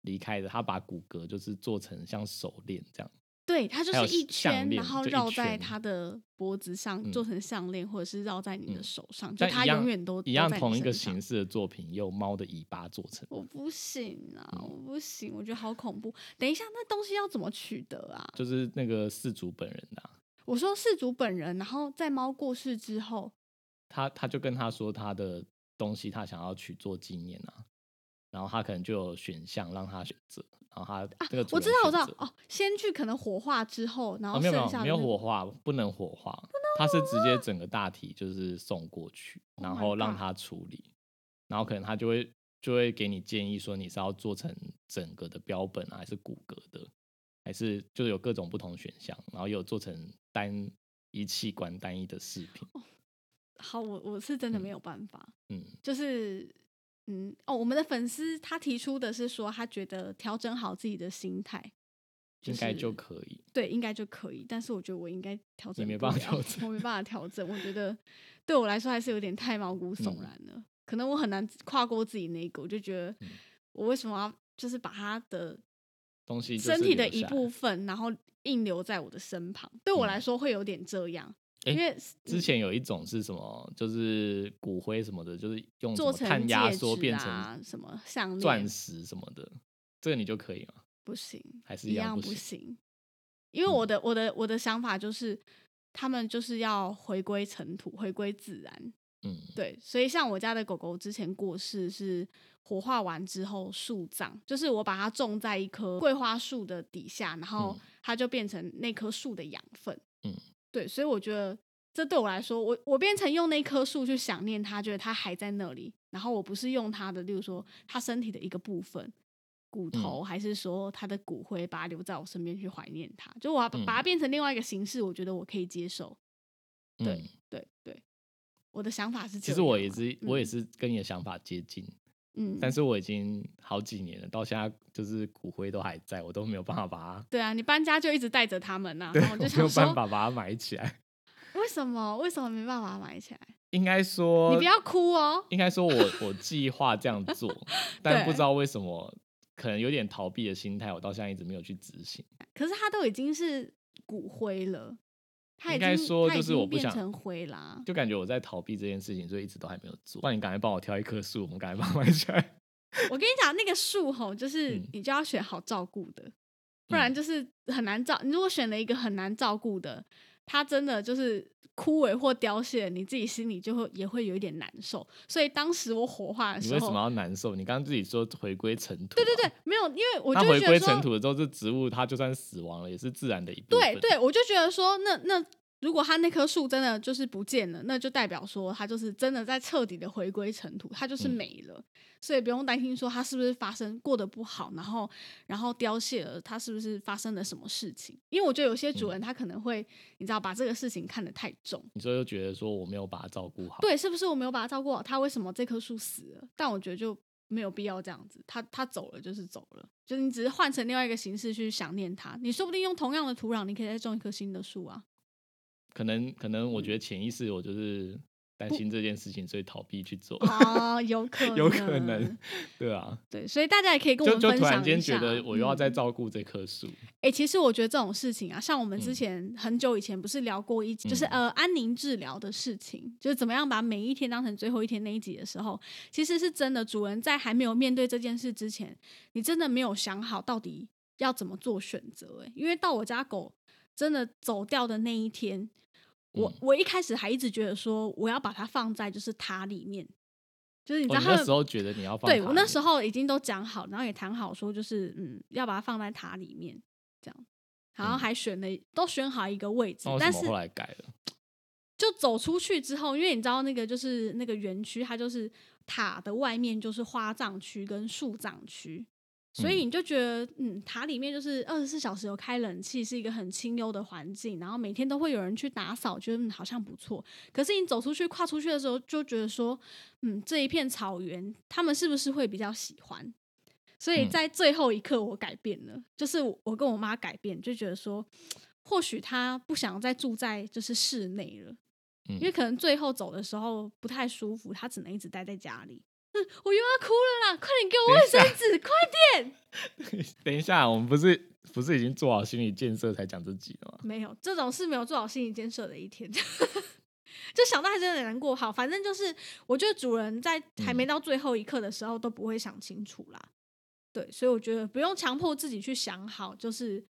Speaker 2: 离开的，它把骨骼就是做成像手链这样。
Speaker 1: 对，它就
Speaker 2: 还有
Speaker 1: 是一
Speaker 2: 项
Speaker 1: 圈，
Speaker 2: 链
Speaker 1: 然后
Speaker 2: 就一
Speaker 1: 绕在
Speaker 2: 圈
Speaker 1: 他的脖子上，
Speaker 2: 嗯
Speaker 1: 做成项链，或者是绕在你的
Speaker 2: 嗯
Speaker 1: 手上，就
Speaker 2: 但
Speaker 1: 它
Speaker 2: 一样
Speaker 1: 永远都
Speaker 2: 一样
Speaker 1: 都在你
Speaker 2: 同一个
Speaker 1: 身上
Speaker 2: 形式的作品，也有猫的尾巴做成。
Speaker 1: 我不行啊，
Speaker 2: 嗯
Speaker 1: 我不行，我觉得好恐怖。等一下，那东西要怎么取得啊？
Speaker 2: 就是那个事主本人啊，
Speaker 1: 我说事主本人，然后在猫过世之后，
Speaker 2: 他他就跟他说他的东西他想要去做纪念啊，然后他可能就有选项让他选择，然后他那个、
Speaker 1: 啊我知道，我知道，哦，先去可能火化之后，然
Speaker 2: 哦，
Speaker 1: 后
Speaker 2: 没有
Speaker 1: 剩
Speaker 2: 没有
Speaker 1: 下的、
Speaker 2: 没有火，化，不能火化，它是直接整个大体就是送过去，
Speaker 1: Oh
Speaker 2: 然
Speaker 1: my
Speaker 2: 后让
Speaker 1: god
Speaker 2: 它处理，然后可能他就会就会给你建议说你是要做成整个的标本啊，还是骨骼的，还是就是有各种不同选项，然后也有做成单一器官单一的饰品，
Speaker 1: 哦好，我我是真的没有办法，
Speaker 2: 嗯，
Speaker 1: 就是嗯，哦，我们的粉丝他提出的是说，他觉得调整好自己的心态，
Speaker 2: 应该就是可以。
Speaker 1: 对，应该就可以。但是我觉得我应该调整，
Speaker 2: 没办法调，整
Speaker 1: 我没办法调整。我觉得对我来说还是有点太毛骨悚
Speaker 2: 嗯
Speaker 1: 然了，可能我很难跨过自己那一个，我就觉得
Speaker 2: 嗯
Speaker 1: 我为什么要就是把他的
Speaker 2: 东西就是
Speaker 1: 身体的
Speaker 2: 留
Speaker 1: 一
Speaker 2: 下来
Speaker 1: 部分，然后硬留在我的身旁，对我
Speaker 2: 嗯
Speaker 1: 来说会有点这样，
Speaker 2: 诶
Speaker 1: 因为
Speaker 2: 之前有一种是什么，就是骨灰什么的，就是用什
Speaker 1: 做
Speaker 2: 么
Speaker 1: 成
Speaker 2: 碳压
Speaker 1: 戒
Speaker 2: 缩
Speaker 1: 指
Speaker 2: 变成
Speaker 1: 啊什么项链
Speaker 2: 钻石什么的，这个你就可以吗？
Speaker 1: 不行，
Speaker 2: 还是
Speaker 1: 一
Speaker 2: 样
Speaker 1: 样
Speaker 2: 不
Speaker 1: 不
Speaker 2: 行嗯
Speaker 1: 行，因为我的我的我的想法就是，他们就是要回归尘土，回归自然。
Speaker 2: 嗯，
Speaker 1: 对，所以像我家的狗狗之前过世是火化完之后树葬，就是我把它种在一棵桂花树的底下，然后
Speaker 2: 嗯
Speaker 1: 它就变成那棵树的养分。
Speaker 2: 嗯，
Speaker 1: 对，所以我觉得这对我来说，我我变成用那棵树去想念它，觉得它还在那里，然后我不是用它的，例如说它身体的一个部分。
Speaker 2: 嗯
Speaker 1: 骨头，还是说它的骨灰，把它留在我身边去怀念它，就我要把
Speaker 2: 嗯
Speaker 1: 把它变成另外一个形式，我觉得我可以接受。对
Speaker 2: 嗯
Speaker 1: 对对，我的想法是这样啊。
Speaker 2: 其实我也是，我也
Speaker 1: 嗯
Speaker 2: 是跟你的想法接近，
Speaker 1: 嗯，
Speaker 2: 但是我已经好几年了，到现在就是骨灰都还在，我都没有办法把它，
Speaker 1: 对啊，你搬家就一直带着他们呐、
Speaker 2: 对
Speaker 1: 然后 我
Speaker 2: 没
Speaker 1: 就
Speaker 2: 有
Speaker 1: 想说，
Speaker 2: 办法把它埋起来。
Speaker 1: 为什么为什么没办法买起来？
Speaker 2: 应该
Speaker 1: 你
Speaker 2: 说
Speaker 1: 不，要哭哦。
Speaker 2: 应该说我我计划这样 做，但不知道为什么，可能有点逃避的心态，我到现在一直没有去执行。
Speaker 1: 可是它都已经是骨灰了，它已
Speaker 2: 应该
Speaker 1: 经
Speaker 2: 说
Speaker 1: 它
Speaker 2: 就
Speaker 1: 已
Speaker 2: 是
Speaker 1: 经
Speaker 2: 我不
Speaker 1: 变
Speaker 2: 想
Speaker 1: 成灰啦。
Speaker 2: 就感觉我在逃避这件事情，所以一直都还没有做。那你赶快帮我挑一棵树，我们赶快把它 埋起来。
Speaker 1: 我跟你讲，那个树吼，就是
Speaker 2: 嗯
Speaker 1: 你就要选好照顾的，不然就是很难照。你如果选了一个很难照顾的，它真的就是枯萎或凋谢，你自己心里就会也会有一点难受。所以当时我火化的
Speaker 2: 你
Speaker 1: 时
Speaker 2: 为什
Speaker 1: 候，
Speaker 2: 么要难受？你刚刚自己说回归尘土、对对对，
Speaker 1: 没有，因为我就
Speaker 2: 它
Speaker 1: 会
Speaker 2: 回
Speaker 1: 觉得
Speaker 2: 归
Speaker 1: 说
Speaker 2: 尘，土了之后，这植物它就算死亡了，也是自然的一部
Speaker 1: 对
Speaker 2: 分。
Speaker 1: 对，我就觉得说，那那如果它那棵树真的就是不见了，那就代表说它就是真的在彻底的回归尘土，它就是
Speaker 2: 嗯
Speaker 1: 没了，所以不用担心说它是不是发生过得不好，然后然后凋谢了，它是不是发生了什么事情？因为我觉得有些主人他可能会，你知道把这个事情看得太重。哦
Speaker 2: 你说就觉得说我没有把它照顾好。
Speaker 1: 对，是不是我没有把它照顾好？它为什么这棵树死了？但我觉得就没有必要这样子，它它走了就是走了，就是你只是换成另外一个形式去想念它。你说不定用同样的土壤，你可以再种一棵新的树啊。
Speaker 2: 可能可能我
Speaker 1: 嗯
Speaker 2: 觉得潜意识我就是担心这件事情，所以逃避去做。
Speaker 1: 哦，有可能，
Speaker 2: 有可能，对啊，
Speaker 1: 对，所以大家也可以跟我
Speaker 2: 就
Speaker 1: 们
Speaker 2: 就
Speaker 1: 分
Speaker 2: 突然
Speaker 1: 享
Speaker 2: 间
Speaker 1: 一
Speaker 2: 觉
Speaker 1: 下。
Speaker 2: 得我又要再
Speaker 1: 嗯
Speaker 2: 照顾这棵树，
Speaker 1: 哎、其实我觉得这种事情啊，像我们之
Speaker 2: 嗯
Speaker 1: 前很久以前不是聊过一集，就是
Speaker 2: 嗯
Speaker 1: 呃安宁治疗的事情，就是怎么样把每一天当成最后一天那一集的时候，其实是真的，主人在还没有面对这件事之前，你真的没有想好到底要怎么做选择、哎，因为到我家狗真的走掉的那一天。我
Speaker 2: 嗯
Speaker 1: 我一开始还一直觉得说我要把它放在就是塔里面，就是你知
Speaker 2: 哦
Speaker 1: 道
Speaker 2: 你
Speaker 1: 它
Speaker 2: 那
Speaker 1: 们
Speaker 2: 时候觉得你要放
Speaker 1: 对
Speaker 2: 它
Speaker 1: 我那
Speaker 2: 里
Speaker 1: 时候已经都讲好，然后也谈好说，就是嗯，要把它放在塔里面这样，然后
Speaker 2: 嗯
Speaker 1: 还选了、都选好一个位置
Speaker 2: 那，为
Speaker 1: 但
Speaker 2: 什
Speaker 1: 是
Speaker 2: 么后来改了？
Speaker 1: 就走出去之后，因为你知道那个就是那个园区，它就是塔的外面就是花葬区跟树葬区，所以你就觉得嗯，塔里面就是二十四小时有开冷气，是一个很清幽的环境，然后每天都会有人去打扫，觉得嗯好像不错。可是你走出去跨出去的时候，就觉得说嗯这一片草原，他们是不是会比较喜欢？所以
Speaker 2: 嗯
Speaker 1: 在最后一刻，我改变了，就是我我跟我妈改变，就觉得说，或许她不想再住在就是室内了，
Speaker 2: 嗯
Speaker 1: 因为可能最后走的时候不太舒服，她只能一直待在家里。嗯我又要哭了啦！快点给我卫生纸，快点！
Speaker 2: 等一下，我们不是不是已经做好心理建设才讲这集了吗？
Speaker 1: 没有这种是没有做好心理建设的一天， 就想到还是有点难过。好，反正就是我觉得主人在还
Speaker 2: 嗯
Speaker 1: 没到最后一刻的时候都不会想清楚啦。对，所以我觉得不用强迫自己去想好，就是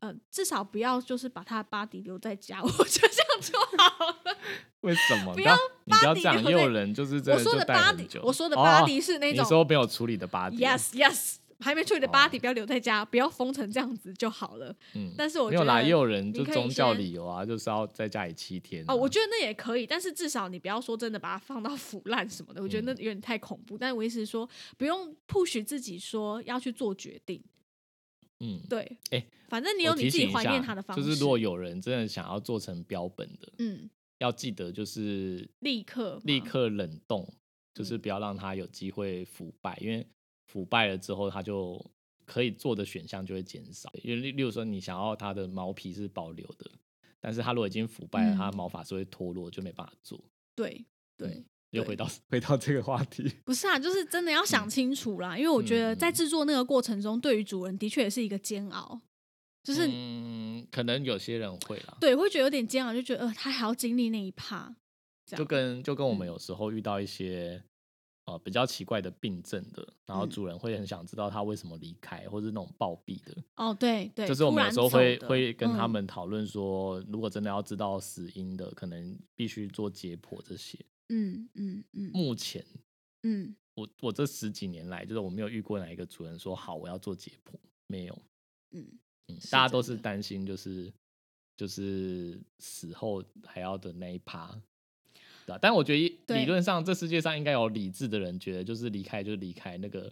Speaker 1: 呃，至少不要就是把他的 body 留在家，我 觉得这样就好了。
Speaker 2: 为什么？
Speaker 1: 不
Speaker 2: 你知道
Speaker 1: 要
Speaker 2: 你不要
Speaker 1: body
Speaker 2: 这样，
Speaker 1: 留
Speaker 2: 也
Speaker 1: 在
Speaker 2: 有人就是真
Speaker 1: 我
Speaker 2: 的
Speaker 1: 说
Speaker 2: 就
Speaker 1: 的
Speaker 2: 带很
Speaker 1: body，
Speaker 2: 久。
Speaker 1: 我说的
Speaker 2: 哦
Speaker 1: body 是那
Speaker 2: 你
Speaker 1: 种、
Speaker 2: 说没有处理的 body 啊。
Speaker 1: yes yes 还没处理的
Speaker 2: 哦
Speaker 1: body 不要留在家，不要封成这样子就好了。
Speaker 2: 嗯，
Speaker 1: 但是我
Speaker 2: 没
Speaker 1: 觉
Speaker 2: 有
Speaker 1: 得
Speaker 2: 啦，也有人
Speaker 1: 你
Speaker 2: 就
Speaker 1: 可以
Speaker 2: 宗教
Speaker 1: 先
Speaker 2: 理由啊，就是要在家里七天啊、
Speaker 1: 哦，我觉得那也可以，但是至少你不要说真的把它放到腐烂什么的，我觉得
Speaker 2: 嗯
Speaker 1: 那有点太恐怖。但我意思是说，不用 push 自己说要去做决定，
Speaker 2: 嗯，
Speaker 1: 对，
Speaker 2: 哎
Speaker 1: 反正你
Speaker 2: 我
Speaker 1: 有你
Speaker 2: 提
Speaker 1: 自己
Speaker 2: 醒一
Speaker 1: 怀
Speaker 2: 下
Speaker 1: 念它的方式，
Speaker 2: 就是如果有人真的想要做成标本的，
Speaker 1: 嗯，
Speaker 2: 要记得就是
Speaker 1: 立刻嘛
Speaker 2: 立刻冷冻，就是
Speaker 1: 嗯
Speaker 2: 不要让它有机会腐败，因为腐败了之后，它就可以做的选项就会减少。因为例例如说，你想要它的毛皮是保留的，但是它如果已经腐败了，
Speaker 1: 嗯
Speaker 2: 它的毛发是会脱落，就没办法做。
Speaker 1: 对对。
Speaker 2: 嗯又
Speaker 1: 对
Speaker 2: 回到回到这个话题，
Speaker 1: 不是啊，就是真的要想清楚啦，因为我觉得在
Speaker 2: 嗯
Speaker 1: 制作那个过程中，对于主人的确也是一个煎熬，就是、
Speaker 2: 嗯，可能有些人会啦，
Speaker 1: 对会觉得有点煎熬，就觉得呃，他还要经历那一趴，这
Speaker 2: 就
Speaker 1: 样
Speaker 2: 跟就跟我
Speaker 1: 嗯
Speaker 2: 们有时候遇到一些、呃比较奇怪的病症的，然后
Speaker 1: 嗯
Speaker 2: 主人会很想知道他为什么离开，或是那种暴毙的，
Speaker 1: 哦，对对，
Speaker 2: 就是我
Speaker 1: 突
Speaker 2: 们有
Speaker 1: 然
Speaker 2: 时候
Speaker 1: 走
Speaker 2: 会
Speaker 1: 的
Speaker 2: 会跟他
Speaker 1: 嗯
Speaker 2: 们讨论说，如果真的要知道死因的，可能必须做解剖这些。
Speaker 1: 嗯嗯嗯
Speaker 2: 目前
Speaker 1: 嗯，
Speaker 2: 我我这十几年来，就是我没有遇过哪一个主人说好我要做解剖，没有，
Speaker 1: 嗯，
Speaker 2: 嗯，
Speaker 1: 是
Speaker 2: 大家都
Speaker 1: 真
Speaker 2: 是
Speaker 1: 的
Speaker 2: 担心就是就是死后还要的那一趴，对吧、啊但我觉得一
Speaker 1: 对
Speaker 2: 理论上这世界上应该有理智的人觉得就是离开就离开那个。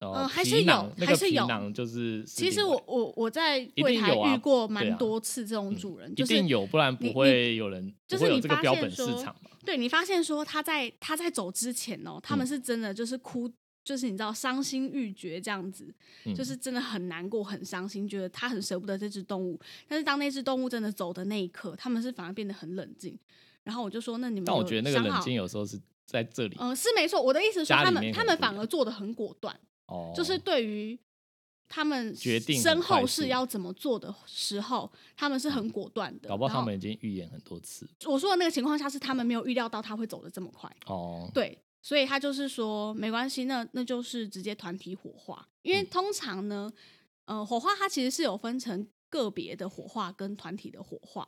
Speaker 2: 呃
Speaker 1: 呃还
Speaker 2: 皮
Speaker 1: 是有
Speaker 2: 囊那
Speaker 1: 还
Speaker 2: 个
Speaker 1: 是
Speaker 2: 皮
Speaker 1: 有
Speaker 2: 囊就是死
Speaker 1: 其实
Speaker 2: 定
Speaker 1: 我
Speaker 2: 了
Speaker 1: 我我在
Speaker 2: 一
Speaker 1: 柜
Speaker 2: 定
Speaker 1: 台
Speaker 2: 有啊
Speaker 1: 遇过
Speaker 2: 对
Speaker 1: 蛮
Speaker 2: 啊
Speaker 1: 多次这种
Speaker 2: 嗯
Speaker 1: 主人，
Speaker 2: 一
Speaker 1: 就是
Speaker 2: 定有，不然
Speaker 1: 你
Speaker 2: 不
Speaker 1: 你
Speaker 2: 会有人不
Speaker 1: 就是
Speaker 2: 会有
Speaker 1: 你
Speaker 2: 这个
Speaker 1: 发
Speaker 2: 标
Speaker 1: 现
Speaker 2: 本市
Speaker 1: 说
Speaker 2: 场嘛。
Speaker 1: 对你发现说他在他在走之前哦，他们
Speaker 2: 嗯
Speaker 1: 是真的就是哭就是你知道伤心欲绝这样子，
Speaker 2: 嗯
Speaker 1: 就是真的很难过、很伤心，觉得他很舍不得这只动物。但是当那只动物真的走的那一刻，他们是反而变得很冷静。然后我就说：“那你们
Speaker 2: 但我
Speaker 1: 有
Speaker 2: 觉得那个
Speaker 1: 想
Speaker 2: 冷
Speaker 1: 好
Speaker 2: 静有时候是在这里
Speaker 1: 嗯，是没错。我的意思是说，
Speaker 2: 家里
Speaker 1: 他
Speaker 2: 面
Speaker 1: 们
Speaker 2: 可
Speaker 1: 他
Speaker 2: 能
Speaker 1: 们
Speaker 2: 不一
Speaker 1: 反
Speaker 2: 样
Speaker 1: 而做的很果断，
Speaker 2: 哦，
Speaker 1: 就是对于他们
Speaker 2: 决定
Speaker 1: 身
Speaker 2: 很快
Speaker 1: 后事
Speaker 2: 速嗯
Speaker 1: 要怎么做的时候，他们是很果断的。
Speaker 2: 搞不好
Speaker 1: 呃然
Speaker 2: 他
Speaker 1: 后
Speaker 2: 们已经预演很多次
Speaker 1: 我说的那个情况下，是他们没有预料到他会走的这么快。
Speaker 2: 哦，
Speaker 1: 对，所以他就是说没关系，那那就是直接团体火化，因为
Speaker 2: 嗯
Speaker 1: 通常呢，呃，火化它其实是有分成个别的火化跟团体的火化。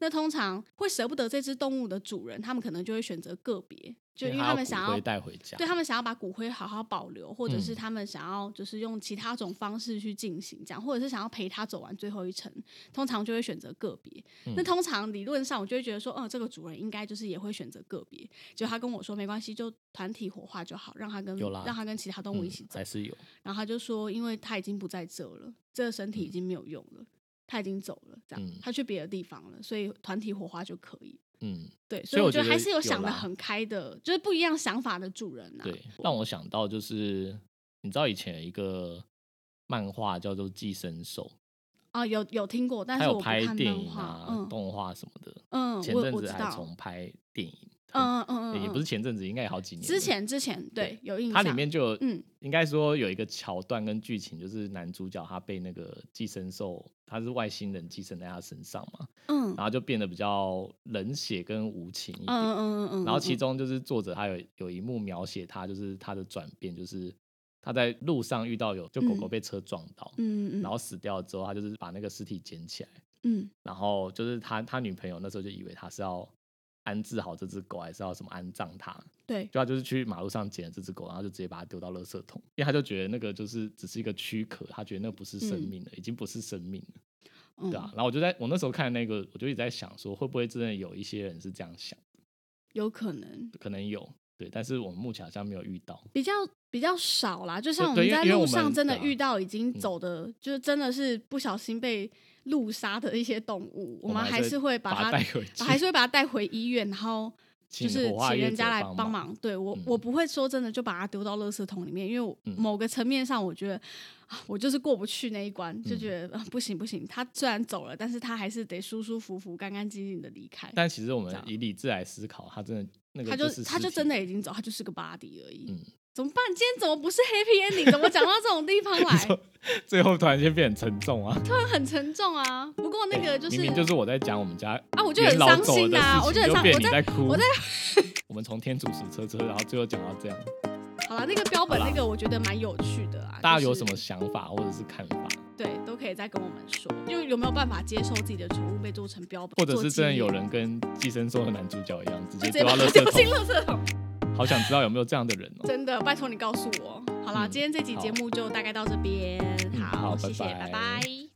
Speaker 1: 那通常会舍不得这只动物的主人，他们可能就会选择个别，就因为
Speaker 2: 他
Speaker 1: 他
Speaker 2: 要
Speaker 1: 们
Speaker 2: 骨
Speaker 1: 想要
Speaker 2: 灰带回家，
Speaker 1: 对他们想要把骨灰好好保留，或者是
Speaker 2: 嗯
Speaker 1: 他们想要就是用其他种方式去进行这样，或者是想要陪他走完最后一程，通常就会选择个别。那
Speaker 2: 嗯
Speaker 1: 通常理论上我就会觉得说，哦、这个主人应该就是也会选择个别。就他跟我说没关系，就团体火化就好，让他跟
Speaker 2: 有啦
Speaker 1: 让他跟其他动物一起
Speaker 2: 嗯
Speaker 1: 走。
Speaker 2: 还是有
Speaker 1: 然后他就说，因为他已经不在这了，这个身体已经没有用了，他已经走了，这样、
Speaker 2: 嗯
Speaker 1: 他去别的地方了，所以团体火化就可以。
Speaker 2: 嗯
Speaker 1: 对，
Speaker 2: 所
Speaker 1: 所
Speaker 2: 以
Speaker 1: 以
Speaker 2: 我
Speaker 1: 我觉
Speaker 2: 觉
Speaker 1: 得
Speaker 2: 得
Speaker 1: 还是有
Speaker 2: 有
Speaker 1: 想的
Speaker 2: 啦
Speaker 1: 很开的，就是不一样想法的主人呐、啊。
Speaker 2: 对，让我想到就是你知道以前有一个漫画叫做《寄生兽》，
Speaker 1: 啊，有有听过，但
Speaker 2: 它
Speaker 1: 是
Speaker 2: 有
Speaker 1: 我不
Speaker 2: 拍
Speaker 1: 看
Speaker 2: 电
Speaker 1: 漫
Speaker 2: 影
Speaker 1: 画
Speaker 2: 啊、。
Speaker 1: 嗯
Speaker 2: 动画什么的，
Speaker 1: 嗯，
Speaker 2: 前
Speaker 1: 我
Speaker 2: 阵
Speaker 1: 我
Speaker 2: 子
Speaker 1: 知
Speaker 2: 还
Speaker 1: 道
Speaker 2: 重拍电影，
Speaker 1: 嗯嗯嗯
Speaker 2: 很
Speaker 1: 嗯，
Speaker 2: 也不是前阵子，应该也好几年了。
Speaker 1: 之前之前对有印象，
Speaker 2: 它里面就有，
Speaker 1: 嗯
Speaker 2: 应该说有一个桥段跟剧情，就是男主角他被那个寄生兽，他是外星人寄生在他身上嘛，
Speaker 1: 嗯嗯
Speaker 2: 然后就变得比较冷血跟无情一点。
Speaker 1: 嗯嗯嗯，
Speaker 2: 然后
Speaker 1: 嗯
Speaker 2: 其
Speaker 1: 嗯
Speaker 2: 中就是作者他有有一幕描写他就是他的转变，就是他在路上遇到有就狗狗
Speaker 1: 嗯
Speaker 2: 被车撞到，
Speaker 1: 嗯嗯，
Speaker 2: 然后死掉之后，他就是把那个尸体捡起来，
Speaker 1: 嗯
Speaker 2: 然后就是他他女朋友那时候就以为他是要安置好这只狗，还是要什么安葬它，
Speaker 1: 对
Speaker 2: 就他就是去马路上捡了这只狗，然后就直接把它丢到垃圾桶，因为他就觉得那个就是只是一个躯壳，他觉得那不是生
Speaker 1: 嗯
Speaker 2: 命了，已经不是生命了，
Speaker 1: 嗯
Speaker 2: 对啊。然后我就在我那时候看那个，我就一直在想说，会不会真的有一些人是这样想，
Speaker 1: 有可能
Speaker 2: 可能有。对，但是我们目前好像没有遇到。
Speaker 1: 比较比较少啦，就像我
Speaker 2: 对
Speaker 1: 们
Speaker 2: 因为
Speaker 1: 在
Speaker 2: 因为
Speaker 1: 路
Speaker 2: 我
Speaker 1: 上
Speaker 2: 们
Speaker 1: 真的
Speaker 2: 对啊
Speaker 1: 遇到已经
Speaker 2: 嗯
Speaker 1: 走的，就是真的是不小心被路杀的一些动物，我
Speaker 2: 我
Speaker 1: 们
Speaker 2: 们还
Speaker 1: 还是会把
Speaker 2: 它
Speaker 1: 它
Speaker 2: 带回去，
Speaker 1: 还是会把它带回医院，然后
Speaker 2: 请
Speaker 1: 就是
Speaker 2: 火化
Speaker 1: 请
Speaker 2: 业
Speaker 1: 人
Speaker 2: 者
Speaker 1: 家来
Speaker 2: 帮
Speaker 1: 帮
Speaker 2: 忙
Speaker 1: 忙。对我，
Speaker 2: 嗯
Speaker 1: 我不会说真的就把它丢到垃圾桶里面，因为我
Speaker 2: 嗯
Speaker 1: 某个层面上，我觉得、啊，我就是过不去那一关，就
Speaker 2: 嗯
Speaker 1: 觉得、啊不行不行，它虽然走了，但是它还是得舒舒服服、干干净净的离开。
Speaker 2: 但其实我们
Speaker 1: 这样
Speaker 2: 以理智来思考，它真的那个
Speaker 1: 它
Speaker 2: 是
Speaker 1: 它
Speaker 2: 尸
Speaker 1: 就
Speaker 2: 体
Speaker 1: 真的已经走，它就是个 body 而已。
Speaker 2: 嗯
Speaker 1: 怎么办？今天怎么不是 happy ending？怎么讲到这种地方来？
Speaker 2: 说最后突然间变很沉 重啊！
Speaker 1: 突然很沉重啊。不过那个就是
Speaker 2: 明明就是我在讲我们家
Speaker 1: 啊，我就
Speaker 2: 元
Speaker 1: 很
Speaker 2: 老
Speaker 1: 伤
Speaker 2: 走
Speaker 1: 心
Speaker 2: 的
Speaker 1: 啊，
Speaker 2: 事
Speaker 1: 我就
Speaker 2: 情
Speaker 1: 很伤。
Speaker 2: 又变
Speaker 1: 我
Speaker 2: 你
Speaker 1: 在
Speaker 2: 在哭，
Speaker 1: 我在
Speaker 2: 我们从天竺鼠车车，然后最后讲到这样，
Speaker 1: 好了，那个标本
Speaker 2: 好啦
Speaker 1: 那个我觉得蛮有趣的啊。
Speaker 2: 大家
Speaker 1: 就
Speaker 2: 有
Speaker 1: 是
Speaker 2: 什么想法或者是看法，
Speaker 1: 对，都可以再跟我们说，因为有没有办法接受自己的宠物被做成标本，
Speaker 2: 或者是真的有
Speaker 1: 做纪念
Speaker 2: 人跟寄生兽的男主角一样，直接
Speaker 1: 就直
Speaker 2: 丢
Speaker 1: 接
Speaker 2: 到
Speaker 1: 把
Speaker 2: 垃
Speaker 1: 它丢进
Speaker 2: 圾桶？
Speaker 1: 垃圾桶，
Speaker 2: 好想知道有没有这样的人哦。
Speaker 1: 真的，拜托你告诉我。好啦，
Speaker 2: 嗯
Speaker 1: 今天这集节目就大概到这边，
Speaker 2: 嗯好
Speaker 1: 谢谢，
Speaker 2: 拜拜
Speaker 1: 拜拜